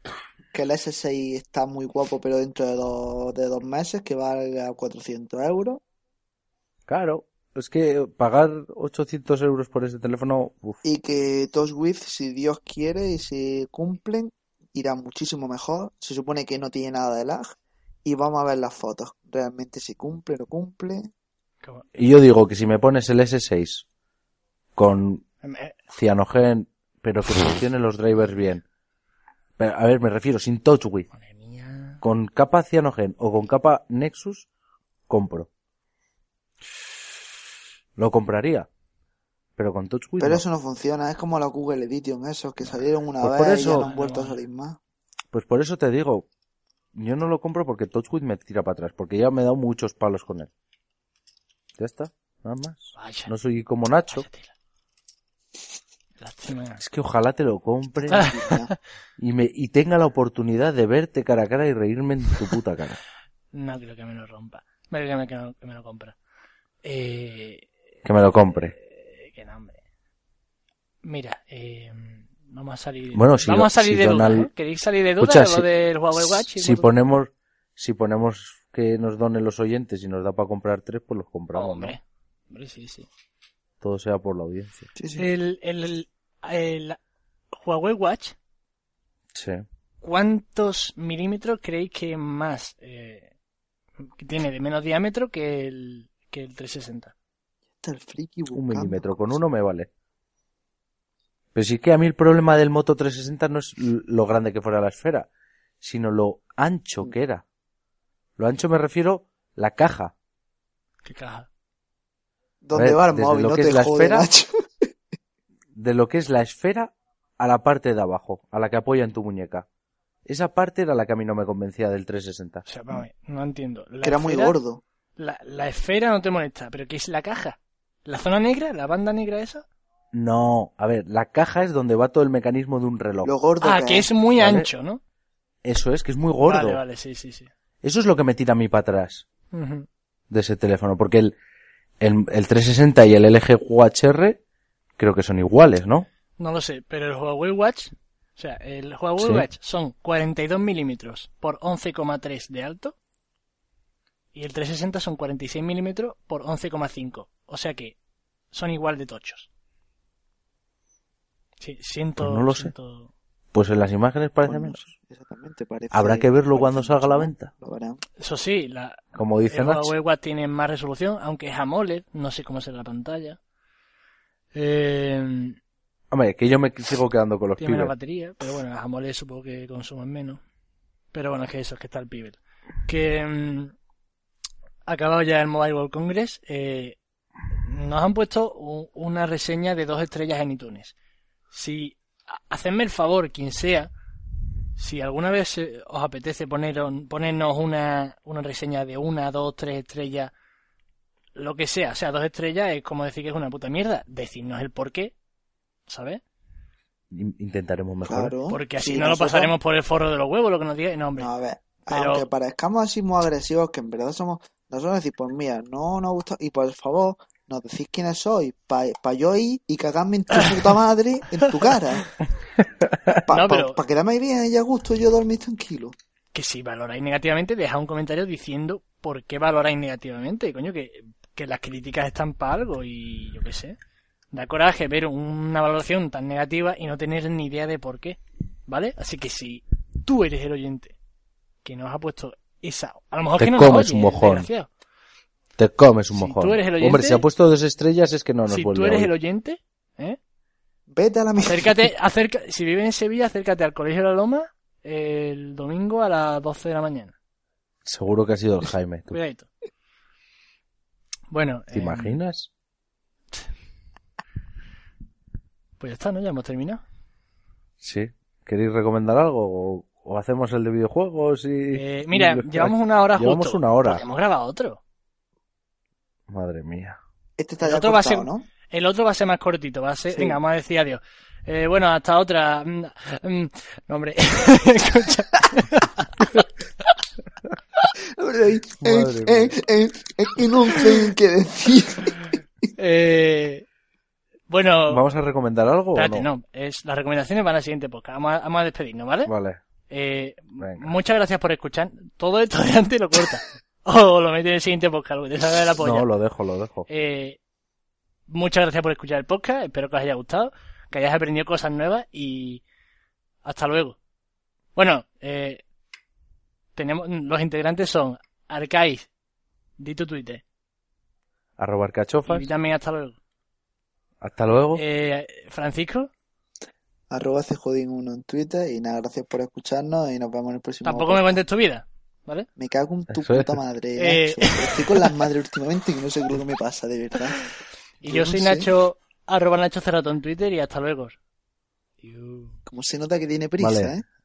que el S6 está muy guapo pero dentro de dos, de dos meses que vale a 400 euros.
Claro, es que pagar 800 euros por ese teléfono, uf,
y que TouchWiz, si Dios quiere y si cumplen, irá muchísimo mejor. Se supone que no tiene nada de lag y vamos a ver las fotos. Realmente si cumple o no cumple.
como-
Y yo digo que si me pones el S6 con
eh,
Cyanogen, pero que funcione los drivers bien. Pero, a ver, me refiero, sin TouchWiz,
madre mía.
con capa Cyanogen o con capa Nexus, compro. Lo compraría, pero con TouchWiz
Pero
no.
eso no funciona, es como la Google Edition, esos que salieron una
Pues
vez
por
y ya
eso-
no han vuelto a salir más.
Pues por eso te digo, yo no lo compro porque TouchWiz me tira para atrás, porque ya me he dado muchos palos con él. Ya está, nada más.
Vaya,
No soy como Nacho.
vaya tela. Lástima.
Es que ojalá te lo compre
Ah. Ya.
y me y tenga la oportunidad de verte cara a cara y reírme en tu puta cara.
No creo que me lo rompa. Me creo que me, que no- que me lo compra. Eh,
Que me lo compre.
eh, que no, hombre. Mira, eh, vamos a salir.
Bueno, si
vamos
do-
a salir
si
de dudas.
Donald-
¿eh? ¿Queréis salir de dudas
Escucha,
de lo
si-
del Huawei Watch? y
Si
Moto-
ponemos si ponemos que nos donen los oyentes y nos da para comprar tres, pues los compramos, ¿no?
Hombre, hombre, sí, sí.
Todo sea por la audiencia.
Sí,
*laughs*
sí.
El, el, el, el Huawei Watch,
Sí.
¿cuántos milímetros creéis que más eh, que tiene de menos diámetro que el, que el 360?
Está el friki
Un
buscando
milímetro, con
cosas.
uno me vale. Pero sí que a mí el problema del Moto 360 no es l- lo grande que fuera la esfera, sino lo ancho que era. Lo ancho me refiero la caja.
¿Qué caja?
¿Dónde
A ver,
va el
desde
móvil?
lo
No
que
te
es la
jode,
esfera-
Nacho.
de lo que es la esfera a la parte de abajo, a la que apoya en tu muñeca. Esa parte era la que a mí no me convencía del 360.
O sea, vamos, a ver, no entiendo. La
Que era muy
esfera-
gordo.
La, la esfera no te molesta, pero ¿qué es la caja? ¿La zona negra? ¿La banda negra esa?
No, a ver, la caja es donde va todo el mecanismo de un reloj.
Lo gordo
Ah,
que,
que
es.
es muy
Vale.
ancho, ¿no?
Eso es, que es muy gordo.
Vale, vale, sí, sí, sí.
Eso es lo que me tira a mí para atrás
Ujú.
de ese teléfono, porque el, el, el 360 y el LG Watch R creo que son iguales, ¿no?
No lo sé, pero el Huawei Watch, o sea, el Huawei
Sí.
Watch son 42 milímetros por 11,3 de alto y el 360 son 46 milímetros por 11,5. O sea que son igual de tochos. Sí, siento,
Pues no lo sé.
siento-
Pues en las imágenes parece
Bueno,
menos.
Exactamente, parece-
Habrá que verlo cuando
parece
salga a la
mucho más.
venta.
Lo verán.
Eso sí, la,
Como dice
el
Nacho.
Huawei Watch tiene más resolución, aunque es AMOLED, no sé cómo será la pantalla. Eh,
Hombre, que yo me sigo quedando con los
Tiene menos
pibes.
batería, pero bueno, las AMOLED supongo que consumen menos. Pero bueno, es que eso, es que está el pibel. Que mm, ha acabado ya el Mobile World Congress. eh, nos han puesto u- una reseña de dos estrellas en iTunes. Si, ha- hacedme el favor, quien sea, si alguna vez eh, os apetece poneron- ponernos una, una reseña de una, dos, tres estrellas, lo que sea, o sea, dos estrellas es como decir que es una puta mierda, decirnos el por qué, ¿sabes?
In- Intentaremos mejorar.
Claro.
Porque así
¿Oh? Sí,
no lo
nosotros-
pasaremos por el forro de los huevos, lo que nos diga. No, hombre.
No, a ver,
Pero-
aunque parezcamos así muy agresivos, que en verdad somos, nosotros decimos, pues mira, no nos gusta, y por favor,
*laughs*
nos decís quiénes sois, para yo ir y cagarme en tu puta madre, en tu cara. Para
No, pero-
que la mayoría ella a gusto y yo dormir tranquilo.
que si valoráis negativamente, dejad un comentario diciendo por qué valoráis negativamente. Coño, que, que las críticas están para algo y yo qué sé. Da coraje ver una valoración tan negativa y no tener ni idea de por qué. ¿Vale? Así que si tú eres el oyente que nos ha puesto esa... A lo mejor
Te
que no
comes
la oye,
un mojón.
desgraciado.
Te comes un
Si
mojón.
tú eres el
Hombre,
oyente-
si ha puesto dos estrellas es que no nos
si
vuelve
tú eres
a
el
oír.
oyente, ¿eh?
Vete a la mierda.
acércate, acerca, si vives en Sevilla, acércate al Colegio de la Loma eh, el domingo a las 12 de la mañana.
Seguro que ha sido el Jaime. ¿Tú
Cuidadito. Bueno,
¿Te
eh,
imaginas?
pues ya está, ¿no? Ya hemos terminado.
Sí. ¿Queréis recomendar algo? ¿O, o hacemos el de videojuegos y...?
Eh,
*laughs*
mira,
y-
llevamos una hora
Llevamos
justo.
una hora.
Hemos grabado otro.
Madre mía.
Este está
El
ya
otro va a ser-
cortado, ¿no?
El otro va a ser más cortito, va a ser...
Sí.
Venga, vamos a decir adiós. Eh, bueno, hasta otra. Mm, mm, no, hombre. *laughs* Escucha.
Eh,
Madre
eh,
mía.
eh, es que no sé qué decir.
Eh, bueno,
¿Vamos a recomendar algo
espérate,
o no?
no. Es, las recomendaciones van al siguiente podcast. Vamos a, vamos a despedirnos, ¿vale?
Vale.
Eh,
Venga.
muchas gracias por escuchar. Todo esto de antes lo corta. *laughs* o lo mete en el siguiente podcast, lo que te salga de la polla.
No, lo dejo, lo dejo.
Eh, muchas gracias por escuchar el podcast. Espero que os haya gustado, que hayáis aprendido cosas nuevas y hasta luego. Bueno, eh, tenemos los integrantes son Arcais, di tu Twitter,
A robar
y
cachofas.
di también hasta luego.
Hasta luego.
Eh, Francisco,
*laughs* Arroba cjodin1 en Twitter y nada, gracias por escucharnos y nos vemos en el próximo.
tampoco me cuentes tu vida, ¿vale?
Me cago en tu
Eso es.
puta madre.
Eh.
macho. Estoy con las madres últimamente y no sé qué es lo que me pasa, de verdad.
Y yo
no
soy
sé.
Nacho, arroba Nacho Cerrato en Twitter y hasta luego. Iu.
Como se nota que tiene prisa,
Vale.
¿eh?